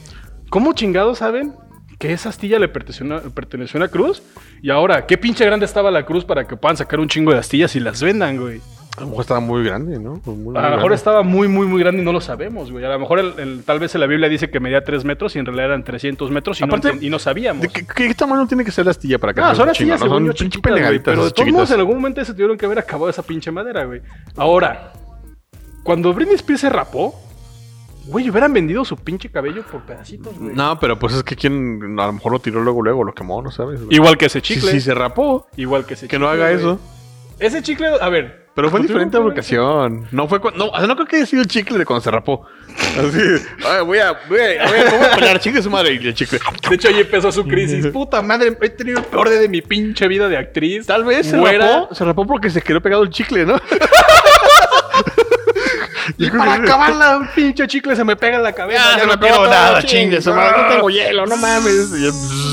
Speaker 1: ¿Cómo chingados saben que esa astilla le perteneció, a- perteneció a una cruz? Y ahora, ¿qué pinche grande estaba la cruz para que puedan sacar un chingo de astillas y las vendan, güey?
Speaker 2: A lo mejor estaba muy grande, ¿no? Pues Muy, muy
Speaker 1: A lo mejor
Speaker 2: grande.
Speaker 1: estaba muy, muy, muy grande y no lo sabemos, güey. A lo mejor el- el- tal vez en la Biblia dice que medía 3 metros y en realidad eran 300 metros y,
Speaker 2: Aparte,
Speaker 1: no, enten- y no sabíamos. Ah,
Speaker 2: ¿De qué, qué tamaño tiene que ser la astilla para que
Speaker 1: No,
Speaker 2: sea
Speaker 1: son
Speaker 2: un
Speaker 1: astillas,
Speaker 2: chingo, no?
Speaker 1: según yo,
Speaker 2: Son pinche
Speaker 1: chiquitas, güey.
Speaker 2: penegaditas,
Speaker 1: Pero de
Speaker 2: esas
Speaker 1: todos modos,
Speaker 2: chiquitas.
Speaker 1: en algún momento se tuvieron que haber acabado esa pinche madera, güey. Ahora, cuando Britney Spears se rapó, güey, hubieran vendido su pinche cabello por pedacitos, güey.
Speaker 2: No, pero pues es que quien a lo mejor lo tiró luego, luego, lo quemó, ¿no sabes? güey?
Speaker 1: Igual que ese
Speaker 2: Sí,
Speaker 1: chicle.
Speaker 2: sí, se rapó.
Speaker 1: Igual que ese
Speaker 2: Que no
Speaker 1: chicle,
Speaker 2: haga
Speaker 1: güey. Pues
Speaker 2: eso.
Speaker 1: Ese chicle, a ver.
Speaker 2: Pero fue en
Speaker 1: Continúa,
Speaker 2: diferente
Speaker 1: continúa.
Speaker 2: vocación. No fue cuando. No, o sea, no creo que haya sido el chicle de cuando se rapó. Así. "Ay, voy a. Voy a. Voy a, voy a pegar chicle su madre. Y
Speaker 1: <laughs>
Speaker 2: el chicle.
Speaker 1: De hecho, ahí empezó su
Speaker 2: <laughs>
Speaker 1: crisis. Puta madre, he tenido el peor día de mi pinche vida de actriz.
Speaker 2: Tal vez se
Speaker 1: Güera.
Speaker 2: rapó. Se rapó porque se quedó pegado el chicle, ¿no?
Speaker 1: <laughs>
Speaker 2: <laughs>
Speaker 1: Y para acabarla, un pinche chicle se me pega en la cabeza.
Speaker 2: Ya, Ah, se
Speaker 1: lo
Speaker 2: me pegó
Speaker 1: quiero
Speaker 2: nada,
Speaker 1: todo,
Speaker 2: chingue. Su madre, no tengo hielo, no mames. <laughs>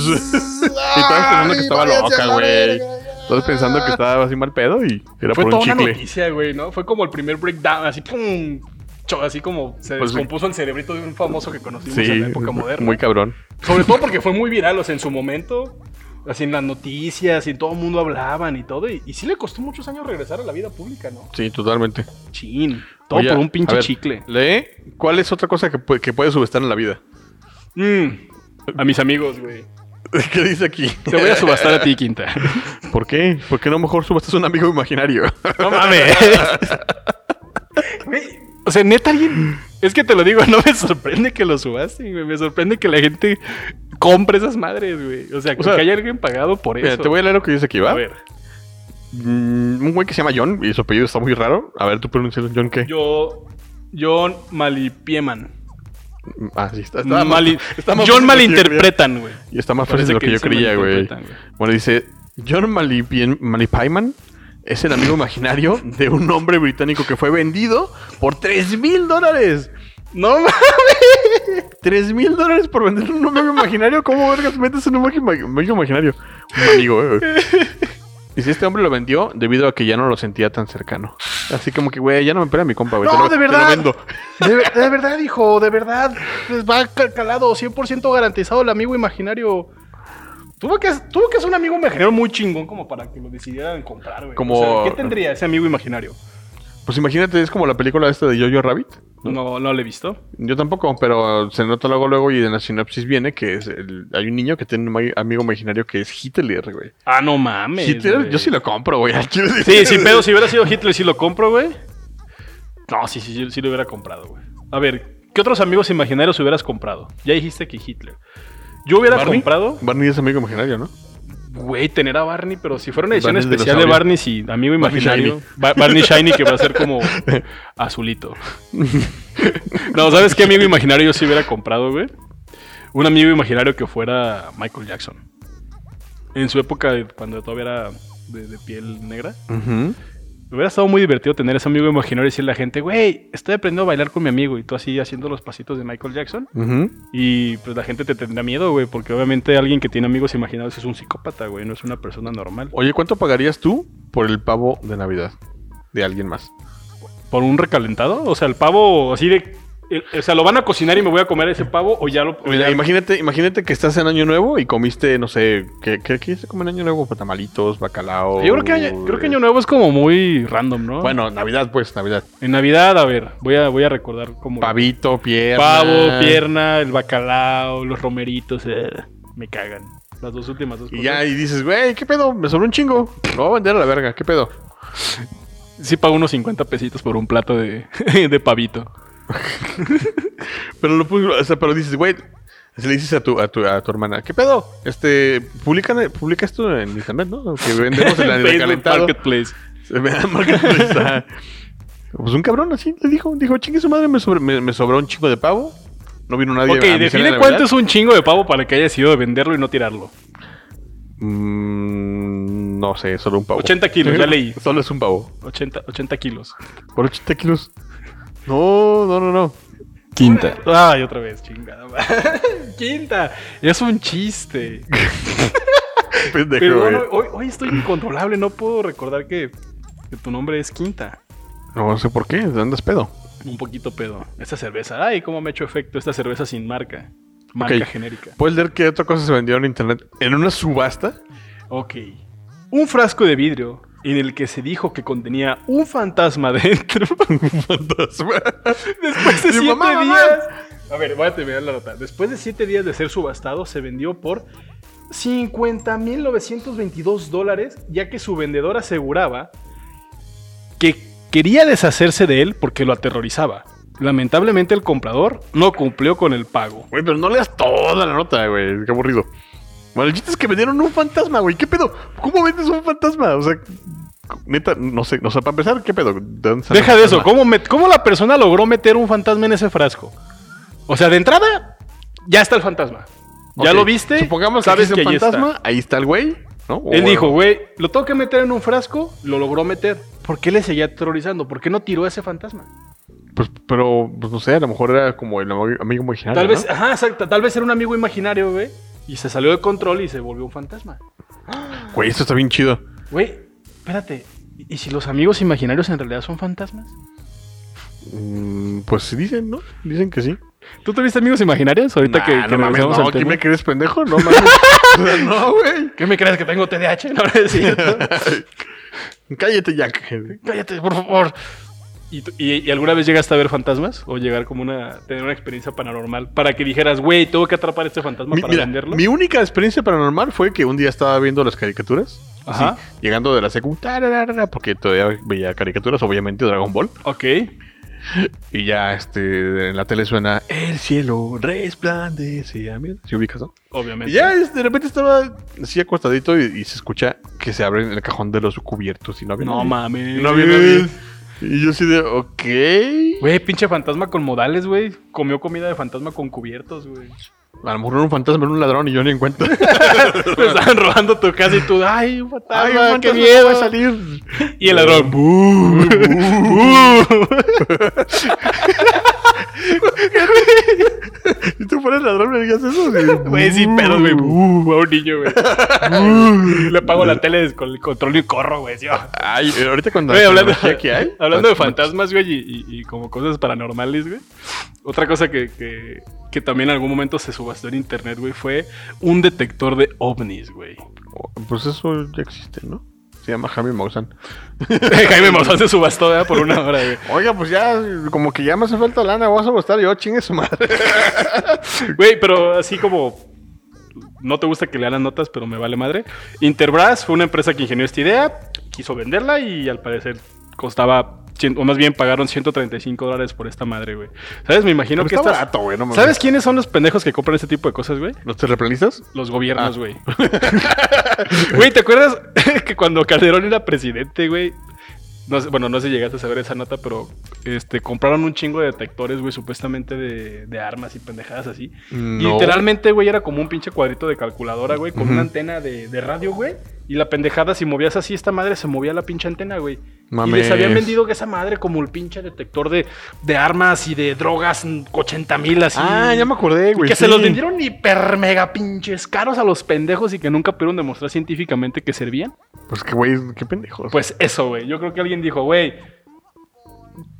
Speaker 2: Y, estabas pensando que estaba loca, güey. Estabas pensando que estaba así mal pedo y era
Speaker 1: Fue
Speaker 2: por
Speaker 1: toda
Speaker 2: un
Speaker 1: una
Speaker 2: chicle.
Speaker 1: noticia, güey, ¿no? Fue como el primer breakdown, así pum. cho- Así como se
Speaker 2: Pues sí.
Speaker 1: descompuso el cerebrito de un famoso que conocimos en
Speaker 2: Sí,
Speaker 1: la época moderna.
Speaker 2: muy cabrón.
Speaker 1: Sobre todo porque fue muy viral, o sea, en su momento. Así en las noticias y todo el mundo hablaban y todo. Y, y sí le costó muchos años regresar a la vida pública, ¿no?
Speaker 2: Sí, totalmente.
Speaker 1: Chin. Todo
Speaker 2: Oye,
Speaker 1: por un
Speaker 2: a
Speaker 1: pinche
Speaker 2: ver,
Speaker 1: chicle.
Speaker 2: Lee, ¿cuál es otra cosa que, pu- que puedes subestar en la vida?
Speaker 1: Mm, a mis amigos, güey.
Speaker 2: <laughs> ¿Qué dice aquí?
Speaker 1: Te voy a subastar a ti, Quinta. <laughs>
Speaker 2: ¿Por qué? ¿Por qué no mejor subastas un amigo imaginario? <laughs>
Speaker 1: No mames. Güey, O sea, neta, alguien. Es que te lo digo, <laughs> no me sorprende que lo subasten, güey. Me sorprende que la gente compre esas madres, güey. O sea,
Speaker 2: sea,
Speaker 1: que haya alguien pagado por
Speaker 2: Mira,
Speaker 1: eso.
Speaker 2: te voy a leer lo que dice aquí, ¿va?
Speaker 1: A ver.
Speaker 2: Mm, un güey que se llama John y su apellido está muy raro. A ver, tú pronuncias John qué.
Speaker 1: Yo. John Malipieman.
Speaker 2: Ah, sí, está, está
Speaker 1: Mali-
Speaker 2: más- está más
Speaker 1: John
Speaker 2: fácil de decir,
Speaker 1: malinterpretan, güey.
Speaker 2: Y está más
Speaker 1: Parece
Speaker 2: fácil de lo que, yo
Speaker 1: se
Speaker 2: creía, güey.
Speaker 1: malinterpretan,
Speaker 2: Bueno, dice John Malipien- Malipaiman es el amigo imaginario de un hombre británico que fue vendido por 3 mil dólares.
Speaker 1: No mames.
Speaker 2: 3 mil dólares por vender un amigo imaginario. ¿Cómo vergas metes en un amigo ima- amigo imaginario? Un amigo, eh. Y si este hombre lo vendió debido a que ya no lo sentía tan cercano. Así como que, güey, ya no me pega mi compa, güey. te lo- te lo vendo.
Speaker 1: De, ver- de verdad, hijo, de verdad. Les va cal- calado, 100% garantizado el amigo imaginario. Tuvo que, tuvo que ser un amigo imaginario muy chingón como para que lo decidieran comprar, güey.
Speaker 2: Como-
Speaker 1: O sea, ¿Qué tendría ese amigo imaginario?
Speaker 2: Pues imagínate, es como la película esta de Jojo Rabbit.
Speaker 1: No, no lo he visto.
Speaker 2: Yo tampoco, pero se nota luego luego y en la sinopsis viene que es el- hay un niño que tiene un ma- amigo imaginario que es Hitler, güey.
Speaker 1: Ah, no mames.
Speaker 2: Hitler,
Speaker 1: güey.
Speaker 2: yo sí lo compro, güey. <laughs> al chile.
Speaker 1: Sí, sí, pero si hubiera sido Hitler, sí lo compro, güey. No, sí, sí, sí, sí lo hubiera comprado, güey. A ver, ¿qué otros amigos imaginarios hubieras comprado? Ya dijiste que Hitler. Yo hubiera
Speaker 2: Barney.
Speaker 1: comprado,
Speaker 2: Barney es amigo imaginario, ¿no?
Speaker 1: güey, tener a Barney, pero si fuera una edición
Speaker 2: Barney el
Speaker 1: especial de
Speaker 2: dinosaurio.
Speaker 1: Barney, sí, amigo
Speaker 2: Barney
Speaker 1: imaginario. Ba- Barney Shiny. que va a ser como azulito. <laughs> no, ¿sabes qué amigo imaginario yo sí hubiera comprado, güey? Un amigo imaginario que fuera Michael Jackson. En su época, cuando todavía era de- de piel negra. Me hubiera estado muy divertido tener ese amigo imaginario y decirle a la gente, güey, estoy aprendiendo a bailar con mi amigo y tú así haciendo los pasitos de Michael Jackson.
Speaker 2: Ujú.
Speaker 1: Y pues la gente te tendrá miedo, güey, porque obviamente alguien que tiene amigos imaginarios es un psicópata, güey, no es una persona normal.
Speaker 2: Oye, ¿cuánto pagarías tú por el pavo de Navidad de alguien más?
Speaker 1: ¿Por un recalentado? O sea, el pavo así de... el- o sea, ¿lo van a cocinar y me voy a comer ese pavo o ya lo... o
Speaker 2: Mira,
Speaker 1: ya-
Speaker 2: imagínate, imagínate que estás en Año Nuevo y comiste, no sé, ¿qué, qué, qué se come en Año Nuevo? Tamalitos, bacalao. eh,
Speaker 1: Yo creo que, año- creo que Año Nuevo es como muy random, ¿no?
Speaker 2: Bueno, Navidad, pues, Navidad.
Speaker 1: En Navidad, a ver, voy a, voy a recordar como...
Speaker 2: Pavito, pierna.
Speaker 1: Pavo, pierna, el bacalao, los romeritos, eh, me cagan. Las dos últimas dos
Speaker 2: Y ya, y dices, güey, ¿qué pedo? Me sobró un chingo. Lo voy a vender a la verga, ¿qué pedo?
Speaker 1: Sí pago unos 50 pesitos por un plato de, <laughs> de pavito.
Speaker 2: Pero lo pu- o sea, pero dices, güey, si le dices a tu, a tu, a tu hermana, ¿qué pedo? Este, publica, publica esto en internet, ¿no? Que vendemos
Speaker 1: <laughs> En
Speaker 2: el, el
Speaker 1: Facebook
Speaker 2: recalentado.
Speaker 1: Marketplace.
Speaker 2: <laughs> Se me da marketplace, ajá. Pues un cabrón así le dijo, dijo, chingue su madre, me, sobre- me- me sobró un chingo de pavo. No vino nadie.
Speaker 1: Ok,
Speaker 2: a mi cena de
Speaker 1: define
Speaker 2: Navidad.
Speaker 1: cuánto es un chingo de pavo para que haya sido de venderlo y no tirarlo.
Speaker 2: Mm, no sé, solo un pavo.
Speaker 1: 80 kilos, ya leí.
Speaker 2: Solo es un pavo.
Speaker 1: 80, 80 kilos.
Speaker 2: Por 80 kilos. No, no, no, no.
Speaker 1: Quinta. Ay, otra vez, chingada. madre. <laughs> Quinta. Es un chiste.
Speaker 2: <laughs> Pendejo,
Speaker 1: Pero
Speaker 2: güey.
Speaker 1: bueno, hoy, hoy estoy incontrolable. No puedo recordar que, que tu nombre es Quinta.
Speaker 2: No sé por qué, andas pedo.
Speaker 1: Un poquito pedo. Esta cerveza. Ay, cómo me ha hecho efecto esta cerveza sin marca. Marca
Speaker 2: Ok.
Speaker 1: genérica.
Speaker 2: ¿Puedes leer qué otra cosa se vendió en internet? ¿En una subasta? <laughs>
Speaker 1: Ok. Un frasco de vidrio en el que se dijo que contenía un fantasma <laughs> dentro.
Speaker 2: Fantasma.
Speaker 1: Después de <laughs>
Speaker 2: Mi
Speaker 1: siete
Speaker 2: mamá, mamá.
Speaker 1: días. A ver, voy a terminar la nota. Después de siete días de ser subastado, se vendió por 50.922 dólares, ya que su vendedor aseguraba que quería deshacerse de él porque lo aterrorizaba. Lamentablemente el comprador no cumplió con el pago.
Speaker 2: Güey, pero no leas toda la nota, güey. Qué aburrido. Bueno, el chiste es que vendieron un fantasma, güey. ¿Qué pedo? ¿Cómo vendes un fantasma? O sea, neta, no sé. O sea, para empezar, ¿qué pedo? ¿De dónde sale
Speaker 1: Deja
Speaker 2: un
Speaker 1: de eso.
Speaker 2: fantasma?
Speaker 1: ¿Cómo, met- ¿Cómo la persona logró meter un fantasma en ese frasco? O sea, de entrada, ya está el fantasma. Ya
Speaker 2: Ok,
Speaker 1: lo viste.
Speaker 2: Supongamos que
Speaker 1: sabes que
Speaker 2: sabes un
Speaker 1: ahí está.
Speaker 2: fantasma. Ahí está el güey, ¿no? O
Speaker 1: Él
Speaker 2: bueno,
Speaker 1: dijo, güey, lo tengo que meter en un frasco, lo logró meter. ¿Por qué le seguía aterrorizando? ¿Por qué no tiró ese fantasma?
Speaker 2: Pues, pero, pues no sé, a lo mejor era como el amo- amigo imaginario.
Speaker 1: Tal vez, ah.
Speaker 2: ¿no?
Speaker 1: ajá, exacto, tal vez era un amigo imaginario, güey, y se salió de control y se volvió un fantasma.
Speaker 2: Güey, esto está bien chido.
Speaker 1: Güey, espérate, ¿y si los amigos imaginarios en realidad son fantasmas?
Speaker 2: Mm, pues sí dicen, ¿no? Dicen que sí.
Speaker 1: ¿Tú tuviste amigos imaginarios ahorita
Speaker 2: Nah,
Speaker 1: que, que
Speaker 2: no mames,
Speaker 1: regresamos
Speaker 2: no,
Speaker 1: al
Speaker 2: ¿quién
Speaker 1: tema?
Speaker 2: me crees
Speaker 1: <laughs>
Speaker 2: pendejo? No <laughs> mames. no, güey.
Speaker 1: ¿Qué me crees que tengo
Speaker 2: <laughs>
Speaker 1: TDAH? No, no es cierto.
Speaker 2: Cállate, Jack.
Speaker 1: Cállate, por favor. ¿Y, tú- y- y alguna vez llegaste a ver fantasmas? ¿O llegar como una. tener una experiencia paranormal? Para que dijeras, güey, tengo que atrapar este fantasma
Speaker 2: Mi,
Speaker 1: para
Speaker 2: mira,
Speaker 1: venderlo.
Speaker 2: mi única experiencia paranormal fue que un día estaba viendo las caricaturas. así,
Speaker 1: Ajá.
Speaker 2: llegando de la secu, tararara, porque todavía veía caricaturas, obviamente Dragon Ball.
Speaker 1: Ok.
Speaker 2: Y ya este en la tele suena El cielo resplandece. ah, mira, ¿Sí ubicas, no?
Speaker 1: Obviamente.
Speaker 2: Y ya este, de repente estaba así acostadito y, y se escucha que se abre el cajón de los cubiertos y no había
Speaker 1: No
Speaker 2: nadie.
Speaker 1: mames.
Speaker 2: No había nadie. Y yo así de, ok.
Speaker 1: Güey, pinche fantasma con modales, güey. Comió comida de fantasma con cubiertos, <laughs> güey.
Speaker 2: A lo mejor era un fantasma era un ladrón y yo ni en cuenta.
Speaker 1: Me estaban robando tu casa y tú, ay, un fantasma,
Speaker 2: <laughs> Ay,
Speaker 1: qué
Speaker 2: fantasma,
Speaker 1: miedo.
Speaker 2: va a salir.
Speaker 1: Y el ladrón,
Speaker 2: <laughs>
Speaker 1: "Bú".
Speaker 2: Si tú fueras ladrón, me dirías eso. Sí.
Speaker 1: Güey, sin pedos, güey. "Bú", a un niño, güey. <laughs> "Bú". Le pago la tele con el control y corro, güey. ah, sí, va.
Speaker 2: Ay, ahorita cuando
Speaker 1: Güey, hablando,
Speaker 2: que hay.
Speaker 1: <laughs> hablando de
Speaker 2: fantasmas
Speaker 1: fantasmas, güey, y, y- y como cosas paranormales, güey. Otra cosa que, que, que también en algún momento se subastó en internet, güey, fue un detector de ovnis, güey. <laughs>
Speaker 2: Pues eso ya existe, ¿no? Se llama Jaime Maussan.
Speaker 1: Jaime Maussan se subastó, ¿verdad? Por una hora,
Speaker 2: <laughs>
Speaker 1: güey.
Speaker 2: Oiga, pues ya, como que ya me hace falta lana, voy a sobrestar yo, chingue su madre.
Speaker 1: Güey, pero así como. No te gusta que lean las notas, pero me vale madre. Interbras fue una empresa que ingenió esta idea, quiso venderla y al parecer costaba. cien- O más bien pagaron 135 dólares por esta madre, güey. ¿Sabes? Me imagino
Speaker 2: Pero
Speaker 1: que
Speaker 2: está
Speaker 1: estas-
Speaker 2: barato, güey, no mames.
Speaker 1: ¿Sabes quiénes son los pendejos que compran este tipo de cosas, güey?
Speaker 2: ¿Los terraplanistas?
Speaker 1: Los gobiernos,
Speaker 2: Ah.
Speaker 1: güey. <laughs> Güey, ¿te acuerdas <laughs> que cuando Calderón era presidente, güey? No sé- bueno, no sé si llegaste a saber esa nota, pero este, compraron un chingo de detectores, güey, supuestamente de, de armas y pendejadas así. Y
Speaker 2: No.
Speaker 1: literalmente, güey, era como un pinche cuadrito de calculadora, güey, con una
Speaker 2: Ujú.
Speaker 1: antena de, de radio, güey. Y la pendejada, si movías así, esta madre se movía la pinche antena, güey. Y les
Speaker 2: Mames.
Speaker 1: habían vendido esa madre como el pinche detector de, de armas y de drogas, 80 mil así.
Speaker 2: Ah, ya me acordé, güey.
Speaker 1: Que se
Speaker 2: sí.
Speaker 1: los vendieron hiper mega pinches caros a los pendejos y que nunca pudieron demostrar científicamente que servían.
Speaker 2: Pues que, güey, qué pendejos.
Speaker 1: Pues eso, güey. Yo creo que alguien dijo, güey,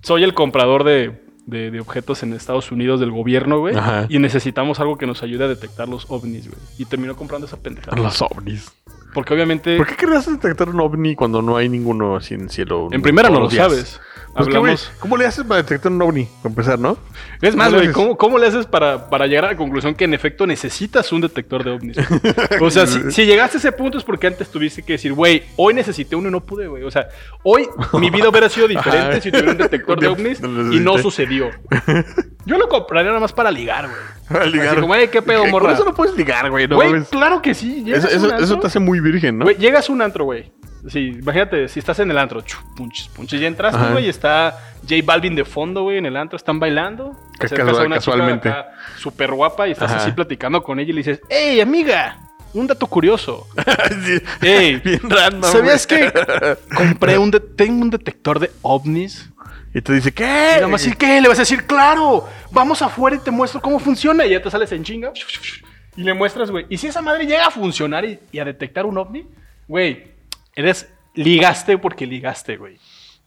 Speaker 1: soy el comprador de, de- de objetos en Estados Unidos del gobierno, güey.
Speaker 2: Ajá.
Speaker 1: Y necesitamos algo que nos ayude a detectar los ovnis, güey. Y terminó comprando esa pendejada.
Speaker 2: Los ovnis.
Speaker 1: Porque obviamente,
Speaker 2: ¿Por qué querrías detectar un ovni cuando no hay ninguno así en el cielo?
Speaker 1: en primera no
Speaker 2: todos
Speaker 1: lo
Speaker 2: los días?
Speaker 1: sabes.
Speaker 2: Pues que, güey,
Speaker 1: Hablamos.
Speaker 2: ¿Cómo le haces para detectar un ovni? Para empezar, ¿no? <laughs>
Speaker 1: Es más,
Speaker 2: ¿Cómo le
Speaker 1: güey,
Speaker 2: haces?
Speaker 1: ¿cómo, cómo le haces para, para llegar a la conclusión que en efecto necesitas un detector de
Speaker 2: <laughs>
Speaker 1: ovnis? güey? O sea, si, si llegaste a ese punto es porque antes tuviste que decir, güey, hoy necesité uno y no pude, güey. O sea, hoy mi vida hubiera sido diferente
Speaker 2: Ajá.
Speaker 1: si tuviera un detector
Speaker 2: <laughs>
Speaker 1: de
Speaker 2: Yo
Speaker 1: ovnis
Speaker 2: lo
Speaker 1: y no
Speaker 2: necesité. <laughs>
Speaker 1: sucedió. Yo lo compraría nada más para ligar, güey. Así como, "Ey, qué pedo,
Speaker 2: Con
Speaker 1: morra".
Speaker 2: Eso no puedes ligar, güey. No
Speaker 1: Güey,
Speaker 2: mames.
Speaker 1: claro que sí. Llegas
Speaker 2: Eso,
Speaker 1: a un
Speaker 2: eso- eso
Speaker 1: antro,
Speaker 2: te hace muy virgen, ¿no?
Speaker 1: Güey, llegas a un antro, güey. Sí, imagínate, si estás en el antro, chu, punches, punches, ya entraste,
Speaker 2: Ajá.
Speaker 1: güey, y está J Balvin de fondo, güey, en el antro, están bailando.
Speaker 2: Que
Speaker 1: Te acercas
Speaker 2: casual-
Speaker 1: a una chica
Speaker 2: casualmente.
Speaker 1: acá Súper guapa y estás
Speaker 2: Ajá.
Speaker 1: así platicando con ella y le dices, hey, amiga, un dato curioso.
Speaker 2: <laughs> Sí.
Speaker 1: Ey,
Speaker 2: <laughs> Bien random.
Speaker 1: ¿Sabías
Speaker 2: güey.
Speaker 1: que compré un, de- tengo un detector de ovnis?
Speaker 2: <laughs> Y te dice,
Speaker 1: Y
Speaker 2: ¿qué?
Speaker 1: nada más, ¿y qué? Le vas a decir, claro, vamos afuera y te muestro cómo funciona. Y ya te sales en chinga. Y le muestras, güey. Y si esa madre llega a funcionar y, y a detectar un ovni, güey, eres ligaste porque ligaste, güey.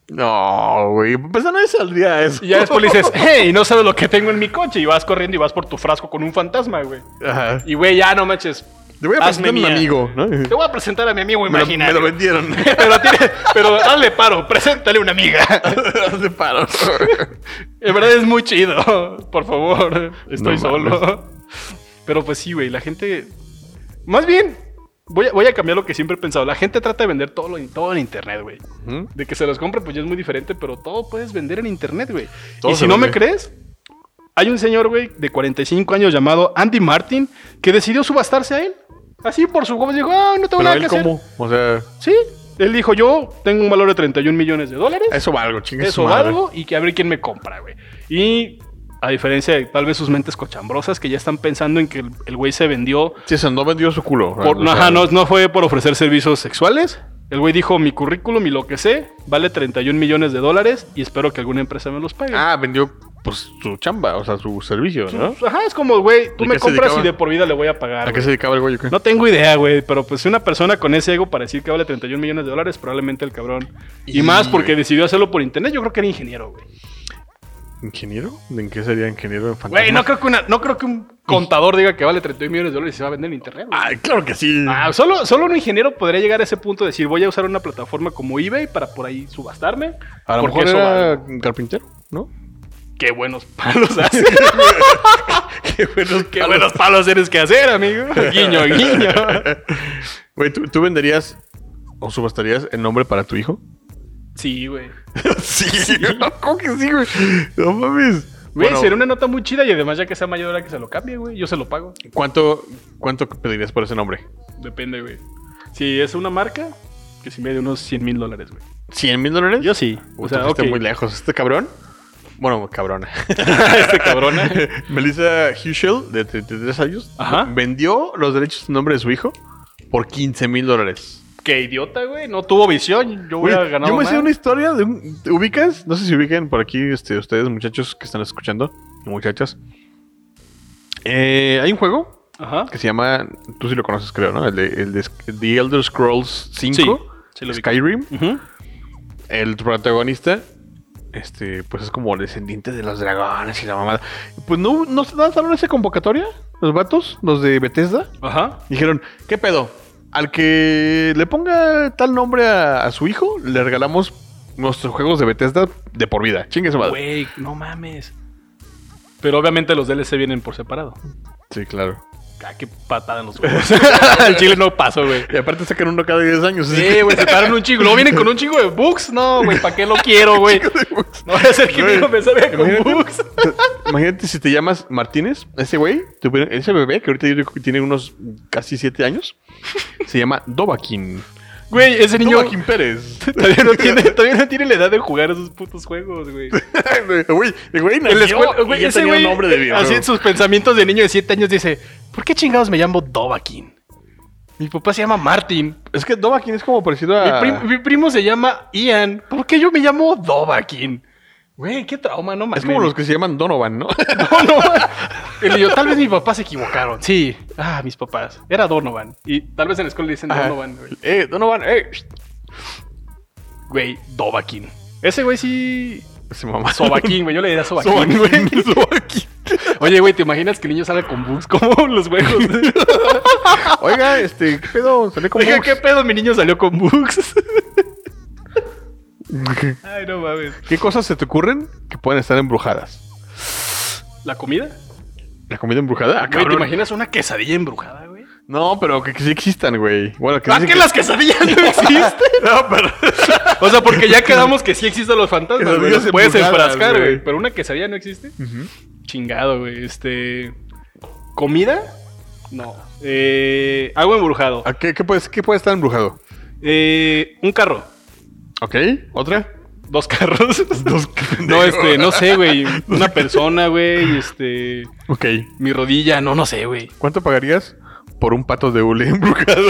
Speaker 2: No, güey. Pues a nadie saldría eso.
Speaker 1: Y ya después le dices, hey, no sabes lo que tengo en mi coche. Y vas corriendo y vas por tu frasco con un fantasma, güey.
Speaker 2: <laughs> Ajá.
Speaker 1: Y güey, ya no manches.
Speaker 2: Te voy a
Speaker 1: hazme
Speaker 2: presentar a un
Speaker 1: mía.
Speaker 2: amigo, ¿no?
Speaker 1: Te voy a presentar a mi amigo
Speaker 2: Me lo, me
Speaker 1: imaginario. <laughs>
Speaker 2: lo vendieron. <laughs>
Speaker 1: pero, tiene- pero dale paro, preséntale una amiga.
Speaker 2: <laughs>
Speaker 1: <laughs>
Speaker 2: Hazle paro.
Speaker 1: En verdad es muy chido. <laughs> Por favor, estoy
Speaker 2: No
Speaker 1: solo. Pero pues sí, güey, la gente. Más bien, voy a, voy a cambiar lo que siempre he pensado. La gente trata de vender todo, lo, todo en internet, güey.
Speaker 2: ¿Mm?
Speaker 1: De que se los compre, pues ya es muy diferente, pero todo puedes vender en internet, güey.
Speaker 2: Todo
Speaker 1: y si
Speaker 2: se
Speaker 1: no
Speaker 2: vende.
Speaker 1: me crees, hay un señor, güey, de 45 años llamado Andy Martin, que decidió subastarse a él. Así por su huevos dijo, ah, no tengo
Speaker 2: Pero
Speaker 1: nada que
Speaker 2: él
Speaker 1: hacer.
Speaker 2: cómo, o sea,
Speaker 1: Sí, él dijo, yo tengo un valor de 31 millones de dólares
Speaker 2: eso valgo, chingue su
Speaker 1: eso
Speaker 2: madre.
Speaker 1: algo y que a ver quién me compra, güey. Y a diferencia de tal vez sus mentes cochambrosas que ya están pensando en que el- el güey se vendió
Speaker 2: Sí, se no vendió su culo.
Speaker 1: por,
Speaker 2: o
Speaker 1: no,
Speaker 2: sea,
Speaker 1: ajá, no, no fue por ofrecer servicios sexuales. El güey dijo, mi currículum y lo que sé vale 31 millones de dólares y espero que alguna empresa me los pague. Pues,
Speaker 2: Ah, vendió pues su chamba, o sea, su servicio, ¿no?
Speaker 1: Ajá, es como, güey, tú
Speaker 2: ¿Y
Speaker 1: me
Speaker 2: qué se
Speaker 1: compras y
Speaker 2: dedicaba?
Speaker 1: de por vida le voy a pagar.
Speaker 2: ¿A qué
Speaker 1: güey.
Speaker 2: se dedicaba el güey? o qué?
Speaker 1: No tengo idea, güey, pero pues si una persona con ese ego para decir que vale 31 millones de dólares, probablemente el cabrón. Y,
Speaker 2: Y-
Speaker 1: más porque decidió hacerlo por internet, yo creo que era ingeniero, güey.
Speaker 2: ¿Ingeniero? ¿En qué sería ingeniero? en
Speaker 1: Güey,
Speaker 2: fantasmas?
Speaker 1: no creo que una, no creo que un contador diga que vale 32 millones de dólares y se va a vender en internet. güey.
Speaker 2: Ay, claro que sí.
Speaker 1: Ah, solo, solo un ingeniero podría llegar a ese punto de decir, voy a usar una plataforma como eBay para por ahí subastarme.
Speaker 2: a lo
Speaker 1: porque
Speaker 2: mejor
Speaker 1: eso
Speaker 2: era
Speaker 1: vale.
Speaker 2: carpintero, ¿no?
Speaker 1: Qué buenos palos <laughs>
Speaker 2: <laughs>
Speaker 1: haces. <laughs> qué buenos, qué buenos palos tienes que hacer,
Speaker 2: <laughs>
Speaker 1: amigo. Guiño, guiño.
Speaker 2: Güey, ¿tú, tú venderías o subastarías el nombre para tu
Speaker 1: <laughs>
Speaker 2: hijo?
Speaker 1: Sí, güey.
Speaker 2: sí, ¿cómo que sí, güey? No mames.
Speaker 1: Güey,
Speaker 2: Bueno,
Speaker 1: sería una nota muy chida y además ya que sea mayor a que se lo cambie, güey. Yo se lo pago.
Speaker 2: ¿cuánto, ¿Cuánto pedirías por ese nombre?
Speaker 1: Depende, güey. Si es una marca, que si me de unos 100 mil dólares, güey.
Speaker 2: ¿100 mil dólares?
Speaker 1: Yo sí.
Speaker 2: O
Speaker 1: O sea, ok.
Speaker 2: muy lejos. ¿Este cabrón? Bueno, <laughs> cabrona.
Speaker 1: este cabrón. ¿eh?
Speaker 2: <laughs> Melissa Hushel, de 33 años,
Speaker 1: Ajá.
Speaker 2: vendió los derechos en nombre de su hijo por 15 mil dólares.
Speaker 1: Qué idiota, güey. No tuvo visión. Yo
Speaker 2: Güey,
Speaker 1: hubiera ganado
Speaker 2: Yo me
Speaker 1: más.
Speaker 2: sé una historia de un... ¿te ¿Ubicas? No sé si ubiquen por aquí este, ustedes, muchachos que están escuchando. Muchachas. Eh, hay un juego
Speaker 1: Ajá.
Speaker 2: que se llama... Tú sí lo conoces, creo, ¿no? El de, el de The Elder Scrolls 5.
Speaker 1: sí lo ubico.
Speaker 2: Skyrim.
Speaker 1: Ujú.
Speaker 2: el protagonista, este, pues es como descendiente de los dragones y la mamada. Pues no, no se lanzaron esa convocatoria, los vatos, los de Bethesda.
Speaker 1: Ajá.
Speaker 2: Dijeron, ¿qué pedo? Al que le ponga tal nombre a, a su hijo, le regalamos nuestros juegos de Bethesda de por vida. Chingue su madre.
Speaker 1: Güey, no mames. Pero obviamente los DLC vienen por separado.
Speaker 2: Sí, claro.
Speaker 1: Ah, qué patada en los <laughs> huevos. El chile no pasó, güey.
Speaker 2: Y aparte sacan uno cada 10 años. así
Speaker 1: Sí,
Speaker 2: que-
Speaker 1: güey, se pararon un chingo. Luego vienen con un chingo de bugs. No, güey, ¿para qué lo quiero,
Speaker 2: <laughs>
Speaker 1: güey? No voy a ser que mi
Speaker 2: Güey,
Speaker 1: hijo me salga con
Speaker 2: imagínate.
Speaker 1: bugs.
Speaker 2: <laughs> Imagínate si te llamas Martínez, ese güey, te hubieran- ese bebé que ahorita yo creo que tiene unos casi 7 años, se llama Dovakin.
Speaker 1: Güey, ese niño
Speaker 2: Joaquín Pérez.
Speaker 1: <laughs> todavía no,
Speaker 2: <laughs>
Speaker 1: tiene, todavía no tiene la edad de jugar esos putos juegos, güey.
Speaker 2: Güey, el güey
Speaker 1: En la
Speaker 2: nació
Speaker 1: escuela,
Speaker 2: y
Speaker 1: güey,
Speaker 2: ya
Speaker 1: ese
Speaker 2: tenía un
Speaker 1: güey, eh,
Speaker 2: nombre de videojuego.
Speaker 1: así en sus pensamientos de niño de 7 años dice, ¿por qué chingados me llamo Dovakin? Mi papá se llama Martin.
Speaker 2: Es que Dovakin es como parecido
Speaker 1: Mi,
Speaker 2: a... <laughs>
Speaker 1: prim- mi primo se llama Ian. ¿Por qué yo me llamo Dovakin? Güey, qué trauma, no mames.
Speaker 2: es como los que se llaman Donovan, ¿no?
Speaker 1: <laughs> No, no. Y yo, tal vez mis papás se equivocaron. Sí. Ah, mis papás. Era Donovan. Y tal vez en la escuela le dicen
Speaker 2: <laughs> Ajá.
Speaker 1: Donovan, güey.
Speaker 2: eh, Donovan, eh.
Speaker 1: Güey, Dovakin. Ese güey sí...
Speaker 2: Se mamá.
Speaker 1: Sobaquín, güey. Yo le diría Sobaquín, güey.
Speaker 2: <laughs> Sobaquín.
Speaker 1: <laughs>
Speaker 2: Sobaquín.
Speaker 1: Oye, güey, ¿te imaginas que el niño salga con bugs como <laughs> los juegos?
Speaker 2: Oiga, este, ¿qué pedo? Sale como...
Speaker 1: Oiga,
Speaker 2: <laughs>
Speaker 1: ¿qué pedo? Mi niño salió con bugs. Ay, no mames.
Speaker 2: ¿Qué cosas se te ocurren que pueden estar embrujadas?
Speaker 1: ¿La comida?
Speaker 2: ¿La comida embrujada? Ah,
Speaker 1: Güey, ¿te
Speaker 2: cabrón.
Speaker 1: imaginas una quesadilla embrujada, güey?
Speaker 2: No, pero que, que sí existan, güey. Bueno, que
Speaker 1: ¿Ah,
Speaker 2: dicen
Speaker 1: que las quesadillas
Speaker 2: <laughs>
Speaker 1: no existen?
Speaker 2: No, pero...
Speaker 1: O sea, porque ya quedamos que sí existen los fantasmas, güey.
Speaker 2: Quesadillas
Speaker 1: Los puedes
Speaker 2: embrujadas,
Speaker 1: enfrascar,
Speaker 2: güey.
Speaker 1: güey. Pero una quesadilla no existe. Chingado, güey. Este. ¿Comida? No. Eh, algo embrujado.
Speaker 2: ¿A qué, qué, puede, ¿Qué puede estar embrujado?
Speaker 1: Eh, un carro.
Speaker 2: ¿Ok? ¿Otra?
Speaker 1: Dos carros.
Speaker 2: <laughs> Dos, qué
Speaker 1: <laughs> no,
Speaker 2: pendejo.
Speaker 1: este, no sé,
Speaker 2: <laughs>
Speaker 1: güey. Una persona, güey. Este.
Speaker 2: Ok.
Speaker 1: Mi rodilla. No, no sé, güey.
Speaker 2: ¿Cuánto pagarías por un pato de hule <laughs> embrujado?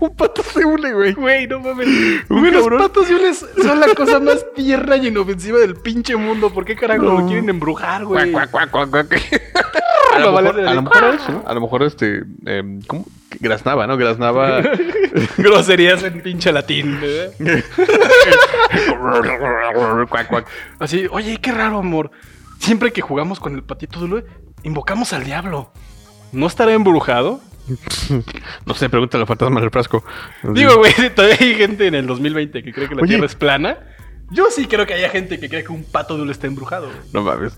Speaker 2: un pato de hule, güey.
Speaker 1: Güey, no mames.
Speaker 2: Un
Speaker 1: Güey, los
Speaker 2: cabrón.
Speaker 1: patos hule son la cosa más tierna y inofensiva del pinche mundo. ¿Por qué carajo
Speaker 2: No.
Speaker 1: lo quieren embrujar, güey?
Speaker 2: Cuac, cuac, cuac, cuac, cuac.
Speaker 1: <laughs>
Speaker 2: A
Speaker 1: La
Speaker 2: lo, mejor,
Speaker 1: balada de-
Speaker 2: a lo mejor era eso, ¿no? A lo mejor, este. em, ¿Cómo? Graznaba,
Speaker 1: <laughs>
Speaker 2: ¿no? Graznaba.
Speaker 1: Groserías en pinche latín, ¿verdad?
Speaker 2: cuac, cuac.
Speaker 1: Así, oye, qué raro, amor. Siempre que jugamos con el patito Dulce, invocamos al diablo. ¿No estará embrujado?
Speaker 2: No sé, pregúntale al fantasma del frasco.
Speaker 1: Digo, güey, si todavía hay gente en el 2020 que cree que la
Speaker 2: Oye.
Speaker 1: Tierra es plana. Yo sí creo que haya gente que cree que un pato Dulce está embrujado. güey.
Speaker 2: No mames.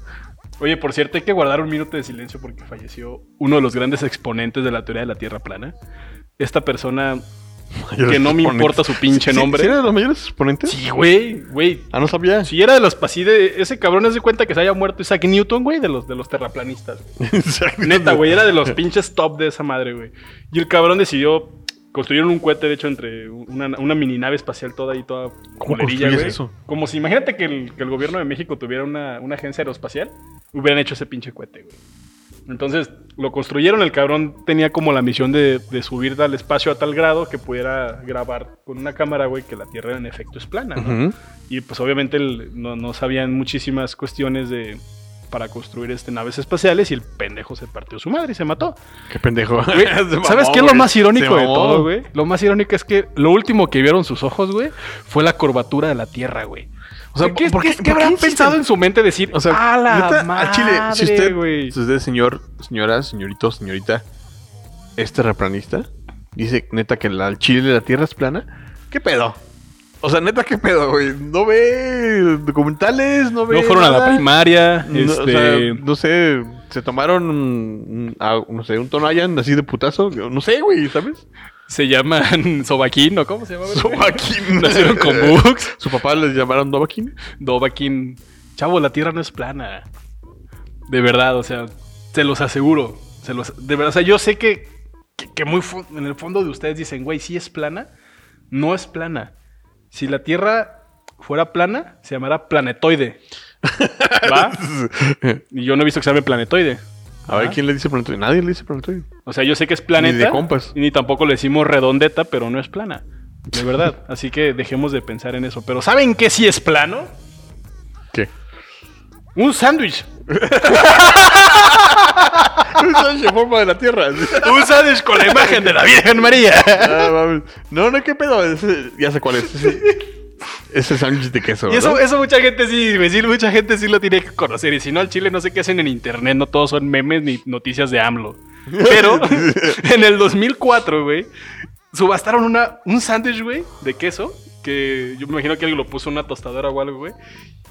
Speaker 1: Oye, por cierto, hay que guardar un minuto de silencio porque falleció uno de los grandes exponentes de la teoría de la Tierra plana. Esta persona... Que no me importa su pinche
Speaker 2: ¿Sí-
Speaker 1: nombre.
Speaker 2: ¿Sí eres de los mayores exponentes?
Speaker 1: Sí, güey, güey.
Speaker 2: Ah, no sabía. <laughs>
Speaker 1: Si era de los así de ese cabrón hace cuenta que se haya muerto Isaac Newton, güey, de los de los terraplanistas. güey. Neta, güey, era de los pinches top de esa madre, güey. Y el cabrón decidió. Construyeron un cohete, de hecho, entre una, una mini nave espacial toda y toda culerilla,
Speaker 2: construyes
Speaker 1: güey.
Speaker 2: eso?
Speaker 1: Como si, imagínate que el, que el gobierno de México tuviera una, una agencia aeroespacial, hubieran hecho ese pinche cohete, güey. Entonces, lo construyeron, el cabrón tenía como la misión de, de subir al espacio a tal grado que pudiera grabar con una cámara, güey, que la Tierra en efecto es plana, ¿no?
Speaker 2: Ujú.
Speaker 1: Y pues obviamente el- no, no sabían muchísimas cuestiones de, para construir este, naves espaciales y el pendejo se partió su madre y se <laughs> mató.
Speaker 2: Qué pendejo.
Speaker 1: Güey,
Speaker 2: <laughs> Se mamó,
Speaker 1: ¿Sabes qué es lo
Speaker 2: güey.
Speaker 1: más irónico
Speaker 2: Se
Speaker 1: de
Speaker 2: mamó.
Speaker 1: todo, güey? Lo más irónico es que lo último que vieron sus ojos, güey, fue la curvatura de la Tierra, güey.
Speaker 2: O sea,
Speaker 1: ¿qué,
Speaker 2: ¿por
Speaker 1: qué-
Speaker 2: qué-
Speaker 1: qué
Speaker 2: por qué
Speaker 1: habrán
Speaker 2: insisten?
Speaker 1: pensado en su mente decir,
Speaker 2: O sea,
Speaker 1: a la
Speaker 2: neta,
Speaker 1: madre,
Speaker 2: al chile, si usted,
Speaker 1: güey?
Speaker 2: si usted, señor, señora, señorito, señorita, es terraplanista, dice neta que la, el chile de la tierra es plana, ¿qué pedo? O sea, neta, ¿qué pedo, güey? No ve documentales, no ve.
Speaker 1: No fueron a la
Speaker 2: nada.
Speaker 1: primaria,
Speaker 2: No, o
Speaker 1: este...
Speaker 2: sea, no sé, se tomaron, un- a- no sé, un tonayan así de putazo, no sé, güey, ¿sabes?
Speaker 1: Se llaman <laughs> Sobaquín, ¿o cómo se llama?
Speaker 2: <laughs> Sobaquín.
Speaker 1: Nacieron con <laughs> bugs.
Speaker 2: Su papá les llamaron <laughs> Novakin.
Speaker 1: Dobaquín. Chavo, la tierra no es plana. De verdad, o sea, se los aseguro. Se los, de verdad, o sea, yo sé que, que, que muy fo- en el fondo de ustedes dicen, güey, si es plana. No es plana. Si la tierra fuera plana, se llamará planetoide. ¿Va? Y yo no he visto que se llame planetoide.
Speaker 2: A ver,
Speaker 1: Ajá.
Speaker 2: ¿quién le dice planetoide? Nadie le dice planetoide.
Speaker 1: O sea, yo sé que es planeta.
Speaker 2: Ni de compas.
Speaker 1: y Ni tampoco le decimos redondeta, pero no es plana. De
Speaker 2: <laughs>
Speaker 1: verdad. Así que dejemos de pensar en eso. Pero ¿saben qué sí es plano?
Speaker 2: <laughs> ¿Qué?
Speaker 1: Un sándwich.
Speaker 2: Un sándwich en forma de la tierra. <laughs>
Speaker 1: Un sándwich con la imagen de la Virgen María.
Speaker 2: Ah, mames. no, no, qué pedo. Ese- ya sé cuál es. Ese- <laughs> Ese sándwich de queso.
Speaker 1: Y eso,
Speaker 2: ¿verdad?
Speaker 1: eso mucha gente sí, güey, sí, mucha gente sí lo tiene que conocer. Y si no, al Chile no sé qué hacen en internet, no todos son memes ni noticias de AMLO. Pero en el 2004, güey, subastaron una, un sándwich, güey, de queso, que yo me imagino que alguien lo puso en una tostadora o algo, güey,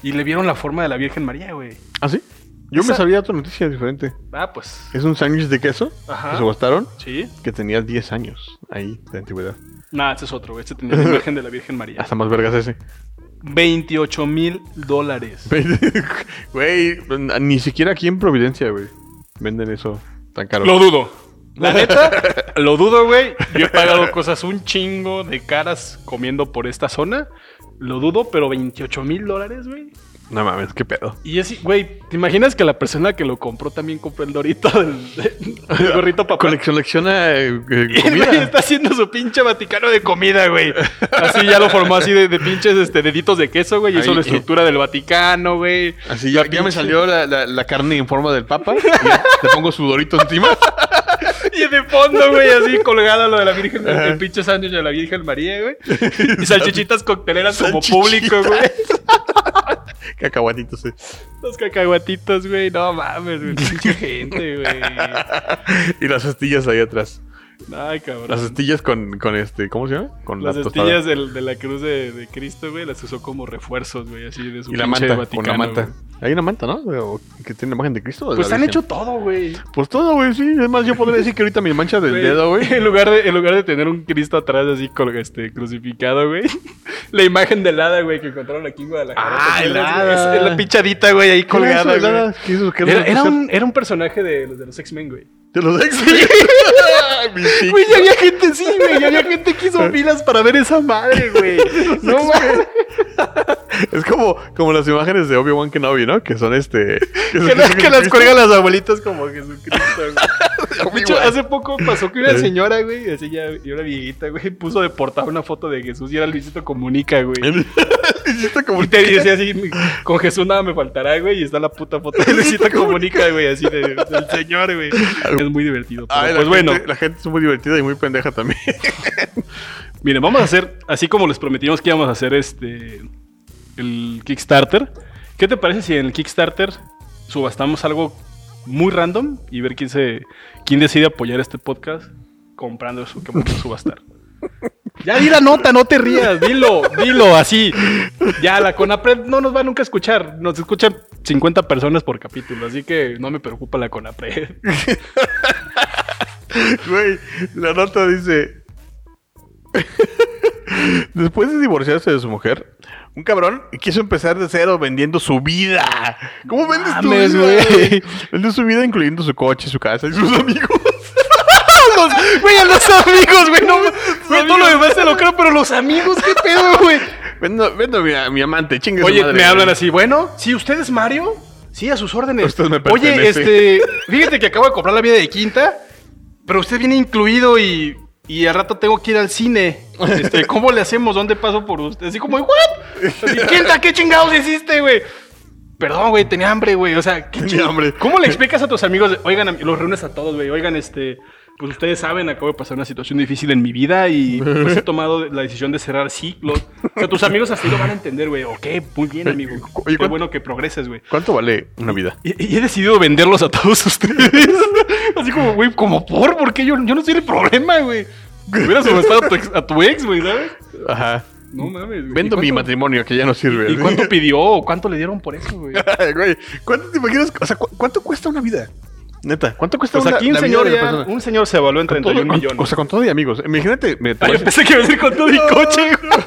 Speaker 1: y le vieron la forma de la Virgen María, güey.
Speaker 2: ¿Ah, sí? Yo
Speaker 1: Esa-
Speaker 2: me sabía otra noticia diferente.
Speaker 1: Ah, pues,
Speaker 2: Es un sándwich de queso
Speaker 1: Ajá.
Speaker 2: que subastaron
Speaker 1: sí.
Speaker 2: que tenía 10 años ahí de antigüedad.
Speaker 1: Nada, este es otro, güey. Este tenía la imagen de la Virgen María.
Speaker 2: Hasta más vergas ese.
Speaker 1: 28 mil dólares.
Speaker 2: <laughs> Güey, ni siquiera aquí en Providencia, güey. Venden eso tan caro.
Speaker 1: Lo dudo.
Speaker 2: <laughs>
Speaker 1: La neta, lo dudo, güey. Yo he pagado cosas un chingo de caras comiendo por esta zona. Lo dudo, pero 28 mil dólares, güey.
Speaker 2: No mames, qué pedo.
Speaker 1: Y es, güey, ¿te imaginas que la persona que lo compró también compró el dorito del,
Speaker 2: <laughs>
Speaker 1: del gorrito papá?
Speaker 2: Colecciona eh,
Speaker 1: <laughs>
Speaker 2: eh,
Speaker 1: Y el güey
Speaker 2: comida.
Speaker 1: está haciendo su pinche Vaticano de comida, güey. Así ya lo formó así de, de pinches este, deditos de queso, güey. Hizo
Speaker 2: Ahí,
Speaker 1: la
Speaker 2: eh.
Speaker 1: estructura del Vaticano, güey.
Speaker 2: Así ya, ya me salió la, la- la carne en forma del papa. y ya le pongo su dorito
Speaker 1: <laughs>
Speaker 2: encima.
Speaker 1: Y de fondo, güey,
Speaker 2: <laughs>
Speaker 1: así colgado lo de la Virgen, el pinche sándwich de la Virgen María, güey. Y salchichitas cocteleras como público,
Speaker 2: Salchichitas.
Speaker 1: güey.
Speaker 2: Cacahuatitos. eh.
Speaker 1: Los cacahuatitos, güey. No mames, güey. Pinche gente, güey.
Speaker 2: <laughs> y las astillas ahí atrás.
Speaker 1: Ay, cabrón.
Speaker 2: Las
Speaker 1: Las,
Speaker 2: astillas con, con este, ¿cómo se llama? Con la tostada.
Speaker 1: astillas del- de la cruz de, de Cristo, güey, las usó como refuerzos, güey, así de su
Speaker 2: y la
Speaker 1: pinche
Speaker 2: manta,
Speaker 1: Vaticano,
Speaker 2: con la manta.
Speaker 1: güey.
Speaker 2: Hay una manta, ¿no? O- que tiene la imagen de Cristo. o de
Speaker 1: Pues
Speaker 2: la
Speaker 1: han
Speaker 2: Virgen.
Speaker 1: hecho todo, güey.
Speaker 2: Pues todo, güey, sí. Es más, yo podría decir que ahorita mi mancha del
Speaker 1: Güey,
Speaker 2: dedo, güey.
Speaker 1: En lugar, de, en lugar de tener un Cristo atrás así con este crucificado, güey. <laughs> La imagen del hada, güey, que encontraron aquí en Guadalajara.
Speaker 2: Ah,
Speaker 1: ¿Te
Speaker 2: el
Speaker 1: acuerdas,
Speaker 2: hada.
Speaker 1: güey? Es La pinchadita, güey, ahí colgada,
Speaker 2: ¿Qué era eso,
Speaker 1: güey.
Speaker 2: nada? ¿Qué hizo? ¿Qué
Speaker 1: Era, era
Speaker 2: hizo?
Speaker 1: un, era un personaje de los de los X-Men, güey.
Speaker 2: De los ex. <laughs> Mi tic.
Speaker 1: Güey, ya había gente, sí, güey. Ya había gente que
Speaker 2: <laughs>
Speaker 1: hizo filas para ver esa madre, güey. No mames.
Speaker 2: Es como, como las imágenes de Obi-Wan Kenobi, ¿no? Que son este... Que,
Speaker 1: Que, las- que
Speaker 2: <laughs>
Speaker 1: las cuelgan las abuelitas como Jesucristo, güey. De hecho,
Speaker 2: Obi-Wan.
Speaker 1: hace poco pasó que una
Speaker 2: Eh.
Speaker 1: señora, güey, así ya, y una viejita, güey, puso de portada una foto de Jesús y era Luisito Comunica, güey.
Speaker 2: Hiciste como...
Speaker 1: Y te decía así, con Jesús nada me faltará, güey, y está la puta foto
Speaker 2: <laughs>
Speaker 1: de Luisito Comunica, güey, así de- del señor, güey. Es muy divertido. pero,
Speaker 2: Ay, la
Speaker 1: pues
Speaker 2: gente-
Speaker 1: bueno.
Speaker 2: La gente es muy divertida y muy pendeja también. <laughs>
Speaker 1: Miren, vamos a hacer, así como les prometimos que íbamos a hacer este el Kickstarter. ¿Qué te parece si en el Kickstarter subastamos algo muy random y ver quién se quién decide apoyar este podcast comprando eso que vamos a subastar? Ya di la nota, no te rías, dilo, dilo así. Ya la Conapred no nos va nunca a escuchar, nos escuchan 50 personas por capítulo, así que no me preocupa la Conapred.
Speaker 2: Güey, la nota dice. <laughs> Después de divorciarse de su mujer, un cabrón quiso empezar de cero vendiendo su vida. ¿Cómo vendes tu
Speaker 1: Mames,
Speaker 2: vida?
Speaker 1: güey.
Speaker 2: <laughs> güey? Vendió su vida incluyendo su coche, su casa y sus amigos.
Speaker 1: Los- Güey, a los amigos, güey, no, güey, todo lo demás se lo creo, pero los amigos, qué pedo, güey.
Speaker 2: Vendo, vendo mi, a mi amante, chingue
Speaker 1: Oye,
Speaker 2: su madre,
Speaker 1: me hablan
Speaker 2: güey.
Speaker 1: así, bueno, si usted es Mario, sí, a sus órdenes.
Speaker 2: Usted me
Speaker 1: Oye,
Speaker 2: pertenece.
Speaker 1: este, fíjate que acabo de comprar la vida de quinta, pero usted viene incluido y, y al rato tengo que ir al cine. <laughs> Este, ¿cómo le hacemos? ¿Dónde paso por usted? Así como, ¿what? Así, quinta, ¿qué chingados hiciste, güey? Perdón, güey, tenía hambre, güey. O sea, ¿qué
Speaker 2: Tenía
Speaker 1: chingo-
Speaker 2: hambre.
Speaker 1: ¿Cómo le explicas a tus amigos? de, Oigan, am- los reúnes a todos, güey. Oigan, este. Pues ustedes saben, acabo de pasar una situación difícil en mi vida y pues he tomado la decisión de cerrar ciclos. O sea, tus amigos así lo van a entender, güey. Ok, muy bien, amigo.
Speaker 2: Oye,
Speaker 1: Qué
Speaker 2: ¿cuán-
Speaker 1: bueno que progreses, güey.
Speaker 2: ¿Cuánto vale una vida?
Speaker 1: Y, y he decidido venderlos a todos <laughs> ustedes. Así como, güey, como por, porque yo, yo no soy el problema, güey. Hubieras subastado a tu ex- a tu ex, güey, ¿sabes?
Speaker 2: Ajá.
Speaker 1: No mames, güey.
Speaker 2: Vendo
Speaker 1: ¿Y
Speaker 2: mi
Speaker 1: cuánto-
Speaker 2: matrimonio que ya no sirve.
Speaker 1: ¿Y
Speaker 2: <laughs>
Speaker 1: cuánto pidió o cuánto le dieron por eso, güey?
Speaker 2: Güey, ¿cuánto te imaginas? O sea, ¿cu- ¿cuánto cuesta una vida? Neta, ¿cuánto cuesta
Speaker 1: Pues
Speaker 2: una,
Speaker 1: aquí un
Speaker 2: la vida
Speaker 1: señor,
Speaker 2: de una
Speaker 1: ya-
Speaker 2: persona?
Speaker 1: un señor se evaluó en
Speaker 2: Con todo-
Speaker 1: 31
Speaker 2: con-
Speaker 1: millones.
Speaker 2: O sea, con todo y amigos. Imagínate, me- te
Speaker 1: Ah,
Speaker 2: voy a-
Speaker 1: yo pensé que iba a decir con
Speaker 2: <laughs>
Speaker 1: todo y coche, güey.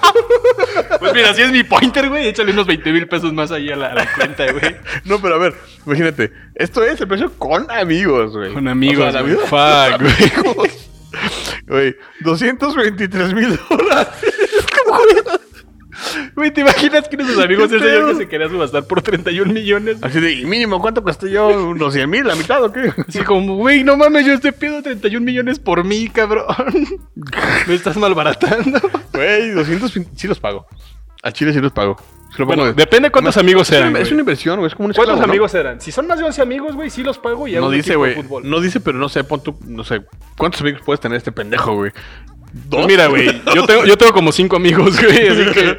Speaker 1: Pues mira, si es mi pointer, güey, échale unos 20 mil pesos más ahí a la, a la cuenta, güey.
Speaker 2: No, pero a ver, imagínate. Esto es el precio con amigos, güey.
Speaker 1: Con amigos,
Speaker 2: O sea, la
Speaker 1: güey.
Speaker 2: vida-
Speaker 1: Fuck, güey.
Speaker 2: amigos. <laughs> Güey, 223 mil dólares. ¿Cómo, güey?
Speaker 1: Güey, ¿te imaginas que eres sus amigos
Speaker 2: ¿Qué
Speaker 1: el señor
Speaker 2: pedo?
Speaker 1: que se quería subastar por 31 millones?
Speaker 2: Así de, y mínimo, ¿cuánto costó yo? ¿Unos 100 mil? ¿La mitad o <laughs> qué?
Speaker 1: Así como, güey, no mames, yo te pido 31 millones por mí, cabrón. Me estás
Speaker 2: <laughs>
Speaker 1: malbaratando.
Speaker 2: Pues Güey, 200 fin- sí los pago. A Chile sí los pago. Se lo
Speaker 1: Bueno,
Speaker 2: pongo de-
Speaker 1: depende cuántos amigos
Speaker 2: Es una-
Speaker 1: sean.
Speaker 2: Es
Speaker 1: güey.
Speaker 2: una inversión, güey. Es como un
Speaker 1: ¿Cuántos
Speaker 2: esclavo, ¿no?
Speaker 1: amigos eran? Si son más de 11 amigos, güey, sí los pago y hago
Speaker 2: No
Speaker 1: un
Speaker 2: dice,
Speaker 1: equipo de
Speaker 2: güey.
Speaker 1: fútbol.
Speaker 2: No dice, pero no sé, pon tú, no sé. ¿Cuántos amigos puedes tener este pendejo, güey?
Speaker 1: Pues mira,
Speaker 2: <laughs>
Speaker 1: güey, yo tengo, yo tengo como cinco amigos, güey, así que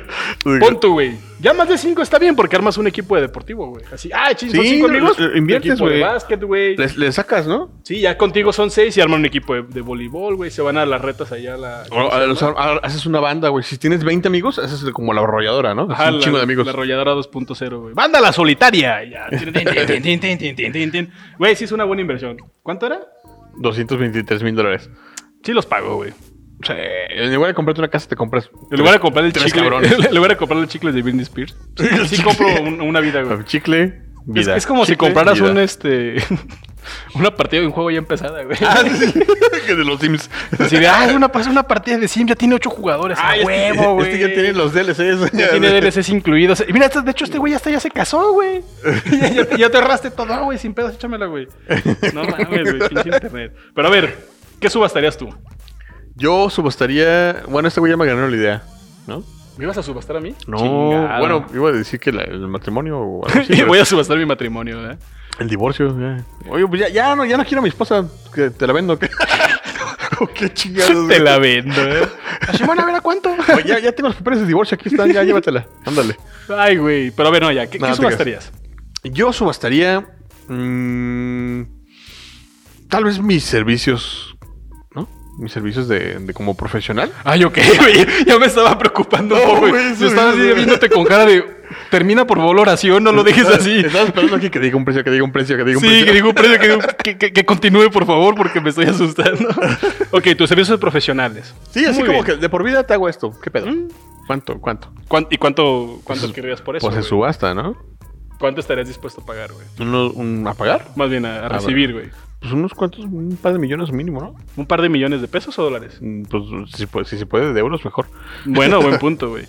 Speaker 1: pon tu, güey. Ya más de cinco está bien porque armas un equipo de deportivo, güey. Así, ah, ching, son
Speaker 2: Sí,
Speaker 1: cinco amigos,
Speaker 2: eh, inviertes,
Speaker 1: equipo de
Speaker 2: güey.
Speaker 1: básquet, güey.
Speaker 2: Les- Le sacas, ¿no?
Speaker 1: Sí, ya contigo son seis y arman un equipo de, de voleibol, güey. Se van a las retas allá a la...
Speaker 2: O- a- los- a- haces una banda, güey. Si tienes 20 amigos, haces como la arrolladora, ¿no?
Speaker 1: Ajá,
Speaker 2: Así un
Speaker 1: la-
Speaker 2: chingo de amigos.
Speaker 1: La arrolladora 2.0, güey. Banda la solitaria. ya. Tin, tin, tin, tin, tin, tin, tin, tin, tin. Güey, sí es una buena inversión. ¿Cuánto era?
Speaker 2: 223 mil dólares.
Speaker 1: Sí los pago, güey.
Speaker 2: Sí, en lugar de comprarte una casa, te compras.
Speaker 1: En lugar de comprar el
Speaker 2: tres
Speaker 1: chicle,
Speaker 2: cabrones.
Speaker 1: <laughs> en lugar de comprar los chicles de Britney
Speaker 2: <laughs>
Speaker 1: Spears, sí, compro un- una vida, güey.
Speaker 2: Chicle,
Speaker 1: Es,
Speaker 2: vida.
Speaker 1: es como si
Speaker 2: Chicle,
Speaker 1: compraras
Speaker 2: vida.
Speaker 1: un este <laughs> una partida de un juego ya empezada, güey.
Speaker 2: Ah, sí, <laughs> que de los Sims.
Speaker 1: <laughs> Así de, ah, una, pas- una partida de Sim ya tiene ocho jugadores. a huevo, güey.
Speaker 2: Este ya tiene los DLCs.
Speaker 1: Ya tiene DLCs incluidos. Y mira, este- de hecho, este güey hasta ya se casó, güey. <laughs> ya, ya te- ya te ahorraste todo, güey, sin pedos, échamela, güey. No mames, güey, pinche internet. Pero a ver, ¿qué subastarías tú?
Speaker 2: Yo subastaría. Bueno, este güey ya me ganó la idea, ¿no?
Speaker 1: ¿Me ibas a subastar a mí?
Speaker 2: No,
Speaker 1: Chingado.
Speaker 2: bueno, iba a decir que la- el matrimonio o algo
Speaker 1: <laughs>
Speaker 2: así,
Speaker 1: Y
Speaker 2: pero
Speaker 1: voy a subastar mi matrimonio, ¿eh? ¿verdad?
Speaker 2: el divorcio. ya. Oye, pues ya, ya no, ya no quiero a mi esposa, que te la vendo. ¿qué? <laughs> ¿O qué chingados?
Speaker 1: Te
Speaker 2: güey? <laughs>
Speaker 1: la vendo, ¿eh? Simón, a ver a <laughs> cuánto.
Speaker 2: Oye, ya, ya tengo los papeles de divorcio, aquí están, ya llévatela. Ándale.
Speaker 1: Ay, güey. Pero a ver, no, ya. ¿Qué, qué
Speaker 2: No, no te
Speaker 1: subastarías?
Speaker 2: Yo subastaría. mm, tal vez mis servicios. ¿No? Mis servicios de, de como profesional. <laughs>
Speaker 1: Ay, ok, <laughs> güey. Ya me estaba preocupando. un
Speaker 2: No,
Speaker 1: poco, güey.
Speaker 2: güey, eso
Speaker 1: Yo estaba
Speaker 2: es,
Speaker 1: así
Speaker 2: güey.
Speaker 1: viéndote con cara de. Termina por favor la oración, no lo dejes
Speaker 2: <laughs>
Speaker 1: así.
Speaker 2: Estaba esperando aquí que diga un precio, que diga un precio, que diga un
Speaker 1: Sí,
Speaker 2: precio.
Speaker 1: que digo, precio, que, digo,
Speaker 2: <laughs>
Speaker 1: que, que- que continúe, por favor, porque me estoy asustando. ok, tus servicios profesionales.
Speaker 2: Sí, así
Speaker 1: Muy
Speaker 2: como
Speaker 1: bien.
Speaker 2: que de por vida te hago esto. ¿Qué pedo?
Speaker 1: Mm.
Speaker 2: ¿Cuánto? ¿Cuánto?
Speaker 1: ¿Cuán- ¿Y cuánto, cuánto
Speaker 2: Pues-
Speaker 1: querrías por eso?
Speaker 2: Pues en
Speaker 1: güey?
Speaker 2: subasta, ¿no?
Speaker 1: ¿Cuánto estarías dispuesto a pagar, güey?
Speaker 2: Uno- un, ¿A pagar?
Speaker 1: Más bien
Speaker 2: Ah,
Speaker 1: a, a recibir, güey.
Speaker 2: Pues unos cuantos, un par de millones mínimo, ¿no?
Speaker 1: ¿Un par de millones de pesos o dólares?
Speaker 2: Mm, Pues si, puede- si se puede, de euros mejor.
Speaker 1: Bueno, buen punto, güey.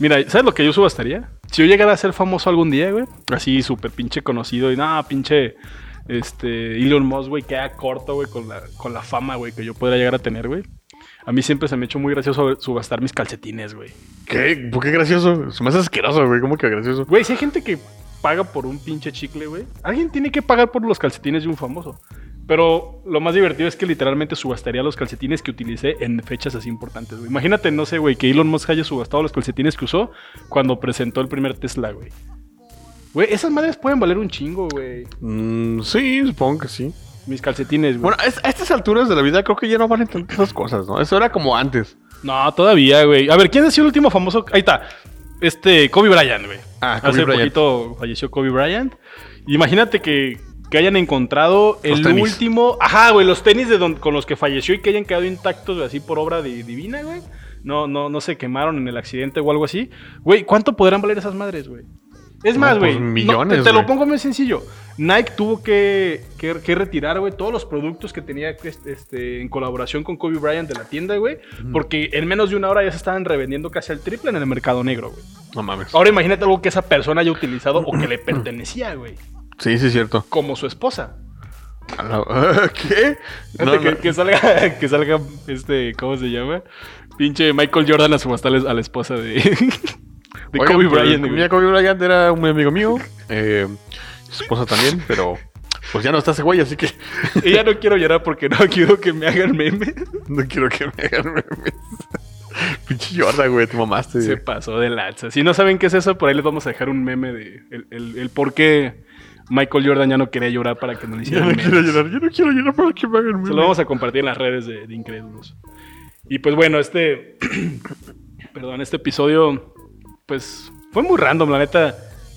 Speaker 1: Mira, ¿sabes lo que yo subastaría? Si yo llegara a ser famoso algún día, güey, así súper pinche conocido y nada, pinche este, Elon Musk, güey, queda corto, güey, con la, con la fama, güey, que yo podría llegar a tener, güey. A mí siempre se me ha hecho muy gracioso subastar mis calcetines, güey.
Speaker 2: ¿Qué? ¿Por qué gracioso? Se me hace asqueroso, güey. ¿Cómo que gracioso?
Speaker 1: Güey, si hay gente que paga por un pinche chicle, güey, alguien tiene que pagar por los calcetines de un famoso. Pero lo más divertido es que literalmente subastaría los calcetines que utilicé en fechas así importantes, güey. Imagínate, no sé, güey, que Elon Musk haya subastado los calcetines que usó cuando presentó el primer Tesla, güey. Güey, esas madres pueden valer un chingo, güey.
Speaker 2: Mm, sí, supongo que sí.
Speaker 1: Mis calcetines, güey.
Speaker 2: Bueno, es- a estas alturas de la vida creo que ya no valen tantas esas cosas, ¿no? Eso era como antes.
Speaker 1: No, todavía, güey. A ver, ¿quién ha sido el último famoso? Ahí está. Este, Kobe Bryant, güey.
Speaker 2: Ah, Kobe
Speaker 1: Hace
Speaker 2: Bryant.
Speaker 1: poquito falleció Kobe Bryant. Imagínate que, que hayan encontrado
Speaker 2: Los
Speaker 1: el
Speaker 2: tenis.
Speaker 1: último. Ajá, güey, los tenis de don- con los que falleció y que hayan quedado intactos güey, así por obra de- divina, güey. No, no, no se quemaron en el accidente o algo así. Güey, ¿cuánto podrán valer esas madres, güey? Es
Speaker 2: No,
Speaker 1: más,
Speaker 2: pues,
Speaker 1: güey. no,
Speaker 2: millones,
Speaker 1: te- te lo
Speaker 2: güey.
Speaker 1: pongo muy sencillo. Nike tuvo que, que- que retirar, güey, todos los productos que tenía este, este, en colaboración con Kobe Bryant de la tienda, güey. Porque en menos de una hora ya se estaban revendiendo casi al triple en el mercado negro, güey.
Speaker 2: No mames.
Speaker 1: Ahora imagínate algo que esa persona haya utilizado o
Speaker 2: <clears throat>
Speaker 1: que le pertenecía, güey.
Speaker 2: Sí, sí, es cierto.
Speaker 1: Como su esposa.
Speaker 2: A la- <laughs> ¿Qué? No,
Speaker 1: Fíjate que,
Speaker 2: no.
Speaker 1: que salga, que salga, este, ¿cómo se llama? Pinche Michael Jordan a subastar a la esposa <laughs> de... De
Speaker 2: Oigan,
Speaker 1: Kobe
Speaker 2: pues,
Speaker 1: Bryant. güey.
Speaker 2: mira, Kobe Bryant era un muy amigo mío. eh, su esposa también,
Speaker 1: <laughs>
Speaker 2: pero pues ya no está ese güey, así que <laughs>
Speaker 1: Y ya no quiero llorar porque no <laughs> quiero que me hagan memes.
Speaker 2: no quiero que me hagan memes. <laughs> Pinche llora, güey, tu mamaste.
Speaker 1: Se pasó de lanza. Si no saben qué es eso, por ahí les vamos a dejar un meme de el, el- el por qué Michael Jordan ya no quería llorar para que no le
Speaker 2: Yo
Speaker 1: <laughs> hicieran
Speaker 2: no
Speaker 1: memes.
Speaker 2: quiero llorar, yo no quiero llorar para que me hagan
Speaker 1: Se lo vamos
Speaker 2: memes.
Speaker 1: a compartir en las redes de, de Incrédulos. Y pues bueno, este. <clears throat> perdón, este episodio. Pues fue muy random, la neta.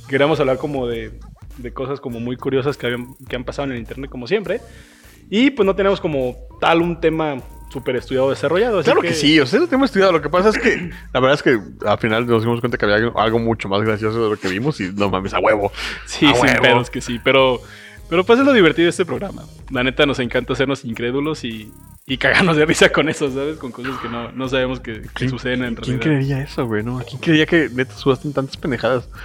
Speaker 1: Queríamos hablar como de, de cosas como muy curiosas que, habían- que han pasado en el internet, como siempre. Y pues no tenemos como tal un tema súper estudiado desarrollado. así
Speaker 2: Claro que sí, o sea, lo hemos estudiado. Lo que pasa es que <clears throat> la verdad es que al final nos dimos cuenta que había algo- algo mucho más gracioso de lo que vimos y no mames, a huevo.
Speaker 1: Sí,
Speaker 2: A
Speaker 1: sin
Speaker 2: huevo.
Speaker 1: pedos que sí, pero, pero pues es lo divertido de este programa. La neta nos encanta hacernos incrédulos y, y cagarnos de risa con eso, ¿sabes? Con cosas que no, no sabemos que, que
Speaker 2: ¿Quién-
Speaker 1: suceden en
Speaker 2: ¿Quién
Speaker 1: realidad.
Speaker 2: creería eso, güey? No, ¿quién creería que neta sudaste en tantas pendejadas? <laughs>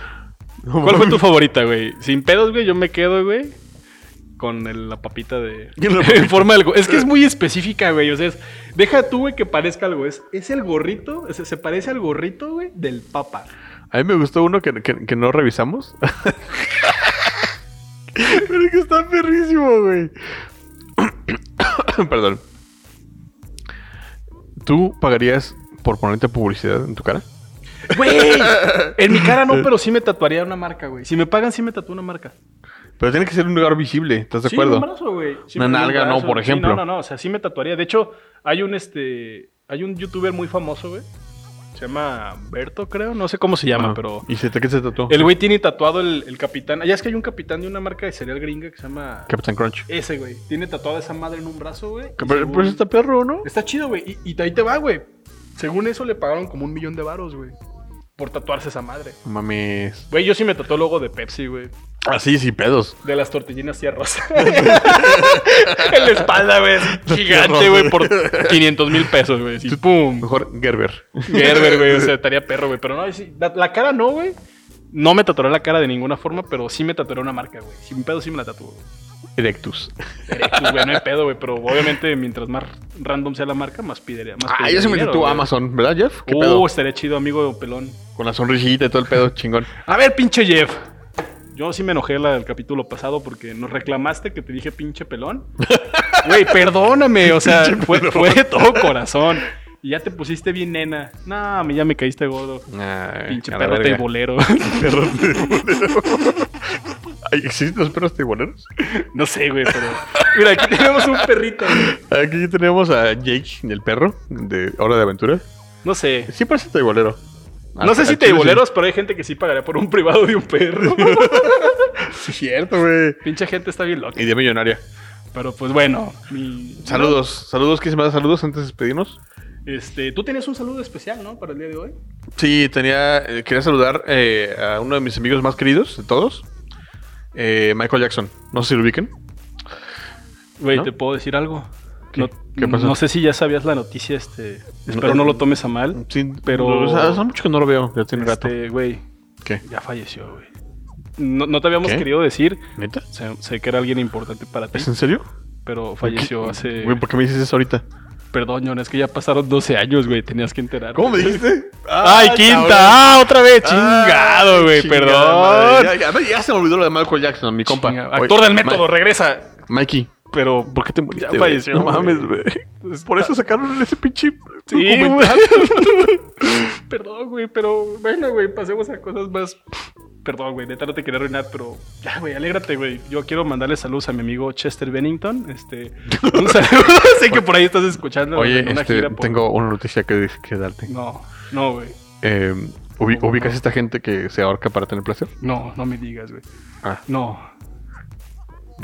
Speaker 2: No
Speaker 1: ¿Cuál fue
Speaker 2: mames.
Speaker 1: tu favorita, güey? Sin pedos, güey, yo me quedo, güey. Con el- la papita de.
Speaker 2: Y la papita.
Speaker 1: <laughs> en forma del go- Es que es muy específica, güey. O sea, es- deja tú, güey, que parezca algo. Es, es el gorrito, es- se parece al gorrito, güey, del papa.
Speaker 2: A mí me gustó uno que, que- que no revisamos. <laughs> Pero es que está perrísimo, güey. <coughs> Perdón. ¿Tú pagarías por ponerte publicidad en tu cara?
Speaker 1: Güey, en mi cara no, pero sí me tatuaría una marca, güey. Si me pagan, sí me tatúo una marca.
Speaker 2: Pero tiene que ser un lugar visible, ¿estás de
Speaker 1: sí,
Speaker 2: acuerdo?
Speaker 1: un brazo, güey. Sí,
Speaker 2: Una
Speaker 1: un
Speaker 2: nalga, no,
Speaker 1: brazo.
Speaker 2: por
Speaker 1: Sí,
Speaker 2: ejemplo.
Speaker 1: no, no, no, o sea, sí me tatuaría. De hecho, hay un este hay un youtuber muy famoso, güey. Se llama Berto, creo, no sé cómo se llama,
Speaker 2: Ajá.
Speaker 1: pero
Speaker 2: Ah. ¿Y se te, qué se tatuó?
Speaker 1: el güey tiene tatuado el, el capitán. Ya es que hay un capitán de una marca de cereal gringa que se llama
Speaker 2: Capitán Crunch.
Speaker 1: ese, güey. Tiene tatuada esa madre en un brazo, güey. y
Speaker 2: Pero,
Speaker 1: según-
Speaker 2: pero está perro, ¿no?
Speaker 1: Está chido, güey. Y, y ahí te va, güey. Según eso le pagaron como un millón de varos, güey, por tatuarse esa madre.
Speaker 2: Mames.
Speaker 1: Güey, yo sí me tatué el logo de Pepsi, güey.
Speaker 2: Así, sí, pedos.
Speaker 1: De las tortillinas
Speaker 2: <laughs>
Speaker 1: tierras. en la espalda, güey. así, Gigante, güey, por 500 mil pesos, güey. así, pum.
Speaker 2: Mejor Gerber.
Speaker 1: Gerber, güey. O sea, estaría perro, güey. Pero no, sí, la, la cara no, güey. No me tatuaré la cara de ninguna forma, pero sí me tatuaré una marca, güey. Sin pedo sí me la tatúo. güey. <laughs>
Speaker 2: Erectus.
Speaker 1: Erectus, güey, no hay pedo, güey. Pero obviamente, mientras más random sea la marca, más pidería. Más
Speaker 2: Ah,
Speaker 1: pediría
Speaker 2: yo sí me
Speaker 1: dinero,
Speaker 2: tatuó
Speaker 1: güey.
Speaker 2: Amazon, ¿verdad, Jeff? ¿Qué
Speaker 1: Uh,
Speaker 2: pedo?
Speaker 1: estaría chido, amigo pelón.
Speaker 2: Con la sonrisita y todo el pedo,
Speaker 1: <laughs>
Speaker 2: chingón.
Speaker 1: A ver, pinche Jeff. Yo sí me enojé la del capítulo pasado porque nos reclamaste que te dije pinche pelón. Güey, perdóname, o sea, fue, fue de todo corazón. Y ya te pusiste bien nena. No, a mí ya me caíste gordo.
Speaker 2: Ay,
Speaker 1: Pinche
Speaker 2: Eh, a la
Speaker 1: perro
Speaker 2: verga.
Speaker 1: teibolero.
Speaker 2: Perros teiboleros. <laughs> Ay, ¿Existen los perros teiboleros?
Speaker 1: No sé, güey, pero. Mira, aquí tenemos un perrito, güey.
Speaker 2: Aquí tenemos a Jake, el perro, de Hora de Aventura.
Speaker 1: No sé.
Speaker 2: Sí parece teibolero. Ah,
Speaker 1: No sé si teiboleros, pero hay gente que sí pagaría por un privado de un perro.
Speaker 2: Sí, es cierto, güey.
Speaker 1: Pinche gente está bien loca.
Speaker 2: Y de millonaria.
Speaker 1: Pero pues bueno. mi-
Speaker 2: Saludos. Saludos. ¿Quieres más saludos antes de despedirnos?
Speaker 1: Este, tú tenías un saludo especial, ¿no? Para el día de hoy.
Speaker 2: Sí, tenía... eh, quería saludar eh, a uno de mis amigos más queridos de todos. eh, Michael Jackson. No sé si lo ubiquen.
Speaker 1: Güey,
Speaker 2: ¿No?
Speaker 1: ¿te puedo decir algo?
Speaker 2: ¿Qué?
Speaker 1: No,
Speaker 2: ¿Qué pasó? eh,
Speaker 1: no sé si ya sabías la noticia, este. Espero no lo tomes a mal.
Speaker 2: Sí,
Speaker 1: Pero-
Speaker 2: o sea, hace mucho que no lo veo. Ya tiene rato.
Speaker 1: Este, güey,
Speaker 2: ¿Qué?
Speaker 1: ya falleció, güey. No, no te habíamos
Speaker 2: ¿Qué?
Speaker 1: querido decir.
Speaker 2: ¿Neta?
Speaker 1: Sé, sé que era alguien importante para ti,
Speaker 2: ¿Es en serio?
Speaker 1: pero falleció hace.
Speaker 2: Güey, ¿por qué me dices eso ahorita?
Speaker 1: Perdón, John, es que ya pasaron 12 años, güey. Tenías que enterar.
Speaker 2: ¿Cómo me dijiste?
Speaker 1: ¡Ay, quinta! ¡Ah, otra vez! ¡Chingado, güey! ¡Perdón!
Speaker 2: Ya, ya- ya se me olvidó lo de Michael Jackson, mi compa.
Speaker 1: Chinga, Actor
Speaker 2: Oye,
Speaker 1: del método,
Speaker 2: Ma-
Speaker 1: regresa.
Speaker 2: Mikey,
Speaker 1: Pero.
Speaker 2: ¿por qué te moriste?
Speaker 1: Ya
Speaker 2: güey?
Speaker 1: falleció,
Speaker 2: No
Speaker 1: güey.
Speaker 2: mames, güey. Por eso sacaron ese pinche <laughs>
Speaker 1: Sí,
Speaker 2: documental.
Speaker 1: güey. <laughs> Perdón, güey, pero bueno, güey, pasemos a cosas más. Perdón, güey, neta no te quería arruinar, pero ya, güey, alégrate, güey. Yo quiero mandarle saludos a mi amigo Chester Bennington.
Speaker 2: <laughs>
Speaker 1: Este, un saludo. <laughs> sé que por ahí estás escuchando.
Speaker 2: Oye,
Speaker 1: en una
Speaker 2: este,
Speaker 1: gira por-
Speaker 2: tengo una noticia que, que darte.
Speaker 1: No, no, güey.
Speaker 2: Eh, ubi-
Speaker 1: No,
Speaker 2: ¿Ubicas
Speaker 1: no.
Speaker 2: esta gente que se ahorca para tener placer?
Speaker 1: No, no me digas, güey.
Speaker 2: Ah,
Speaker 1: No.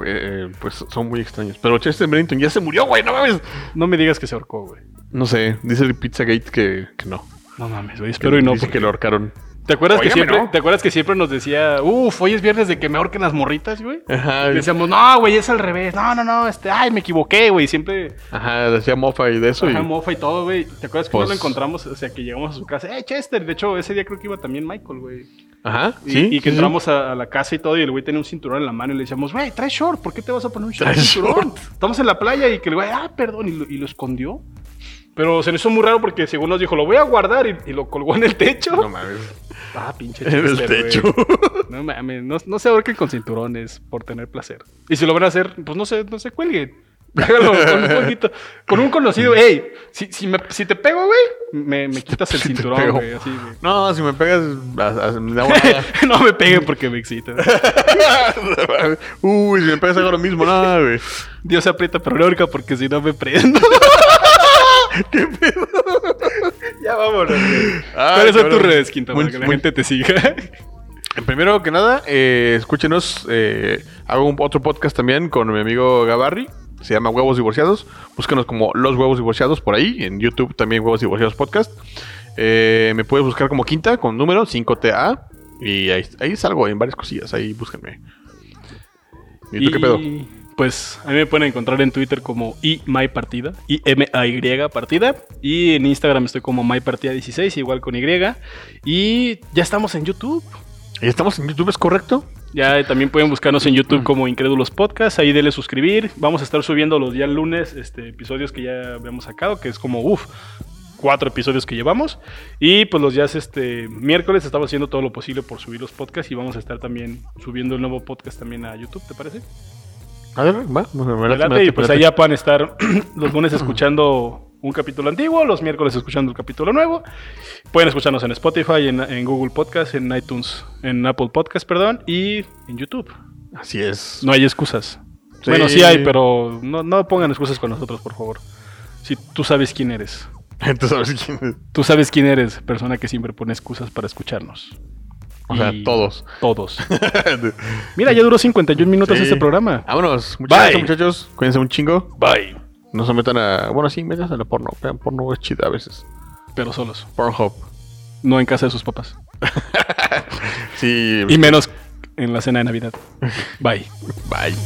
Speaker 2: eh, pues son muy extraños. Pero Chester Bennington ya se murió, güey, no mames.
Speaker 1: No me digas que se ahorcó, güey.
Speaker 2: No sé, dice el Pizzagate que, que no.
Speaker 1: No mames, güey.
Speaker 2: Que
Speaker 1: Espero y no.
Speaker 2: dice
Speaker 1: porque-
Speaker 2: que lo ahorcaron.
Speaker 1: ¿Te acuerdas que
Speaker 2: Óigame,
Speaker 1: siempre,
Speaker 2: ¿no?
Speaker 1: te acuerdas que siempre nos decía, uff, hoy es viernes de que me ahorquen las morritas,
Speaker 2: <laughs>
Speaker 1: güey?
Speaker 2: Ajá.
Speaker 1: Y Decíamos, no, güey, es al revés. No, no, no, este, ay, me equivoqué, güey. Siempre
Speaker 2: Ajá, decía mofa y de eso.
Speaker 1: Ajá,
Speaker 2: y...
Speaker 1: mofa y todo, güey. ¿Te acuerdas que
Speaker 2: Pues-
Speaker 1: no lo encontramos? O sea, que llegamos a su casa. ¡Eh, Chester! De hecho, ese día creo que iba también Michael, güey.
Speaker 2: Ajá,
Speaker 1: Y,
Speaker 2: sí.
Speaker 1: y que
Speaker 2: sí, sí.
Speaker 1: entramos a, a la casa y todo, y el güey tenía un cinturón en la mano y le decíamos, güey, trae short, ¿por qué te vas a poner un short?
Speaker 2: Trae
Speaker 1: cinturón? Estamos en la playa y que el güey, ah, perdón, y lo, y lo escondió. Pero se nos hizo muy raro porque según nos dijo, lo voy a guardar y, y lo colgó en el techo. <laughs>
Speaker 2: No mames.
Speaker 1: Ah, pinche
Speaker 2: En el
Speaker 1: chester,
Speaker 2: techo.
Speaker 1: güey. <laughs> No mames, no, no se ahorquen con cinturones por tener placer. Y si lo van a hacer, pues no se, no se cuelguen. Hágalo con un poquito. Con un conocido, hey, si, si, me- si te pego, güey, me, me quitas el
Speaker 2: Si te
Speaker 1: cinturón,
Speaker 2: pego.
Speaker 1: güey. Así, güey. <laughs>
Speaker 2: No, si me pegas, a- a- me da volada.
Speaker 1: no me peguen porque me excita.
Speaker 2: Uy, si me pegas hago lo mismo, nada, güey.
Speaker 1: Dios aprieta pero no ahorca porque si no me prendo.
Speaker 2: ¿Qué pedo?
Speaker 1: ya vámonos. güey. ¿Cuáles son
Speaker 2: Ay,
Speaker 1: tus
Speaker 2: Ah, cabrón.
Speaker 1: redes, Quinta? Para
Speaker 2: Muy-
Speaker 1: que la
Speaker 2: muy-
Speaker 1: gente te siga.
Speaker 2: Primero que nada, eh, escúchenos. eh, hago un- otro podcast también con mi amigo Gabarri. Se llama Huevos Divorciados. Búscanos como Los Huevos Divorciados por ahí. En YouTube también Huevos Divorciados Podcast. Eh, me puedes buscar como Quinta con número 5TA. Y ahí, ahí salgo en varias cosillas. Ahí búsquenme. ¿Y tú qué pedo?
Speaker 1: Pues a mí me pueden encontrar en Twitter como imypartida, i m a y partida y en Instagram estoy como mypartida16 igual con y y ya estamos en YouTube.
Speaker 2: ¿Y estamos en YouTube? ¿Es correcto?
Speaker 1: Ya eh, también pueden buscarnos en YouTube como Incrédulos Podcast, ahí denle suscribir. Vamos a estar subiendo los días lunes este, episodios que ya habíamos sacado, que es como, uff, cuatro episodios que llevamos. Y pues los días este, miércoles estamos haciendo todo lo posible por subir los podcasts y vamos a estar también subiendo el nuevo podcast también a YouTube, ¿te parece?
Speaker 2: A ver, va. me late, me late,
Speaker 1: Adelante,
Speaker 2: me
Speaker 1: y
Speaker 2: late.
Speaker 1: pues allá puedan estar <clears throat> los lunes escuchando un capítulo antiguo, los miércoles escuchando el capítulo nuevo. Pueden escucharnos en Spotify, en, en Google Podcast, en iTunes, en Apple Podcast, perdón, y en YouTube.
Speaker 2: Así es.
Speaker 1: No hay excusas.
Speaker 2: Sí.
Speaker 1: Bueno, sí hay, pero no, no pongan excusas con nosotros, por favor. Si tú sabes quién eres.
Speaker 2: <laughs> Entonces, a ver si quién es.
Speaker 1: Tú sabes quién eres, persona que siempre pone excusas para escucharnos.
Speaker 2: O sea,
Speaker 1: Y- <laughs>
Speaker 2: todos. <laughs>
Speaker 1: Todos. Mira, ya duró 51 minutos
Speaker 2: Sí.
Speaker 1: este programa.
Speaker 2: Vámonos.
Speaker 1: Bye.
Speaker 2: Muchas gracias, muchachos. Cuídense un chingo.
Speaker 1: Bye.
Speaker 2: No se metan a. Bueno, sí, metas a la porno. Vean, porno es chida a veces.
Speaker 1: Pero solos.
Speaker 2: Pornhub. <laughs>
Speaker 1: No en casa de sus papás.
Speaker 2: Sí.
Speaker 1: Y menos en la cena de Navidad. Bye.
Speaker 2: Bye.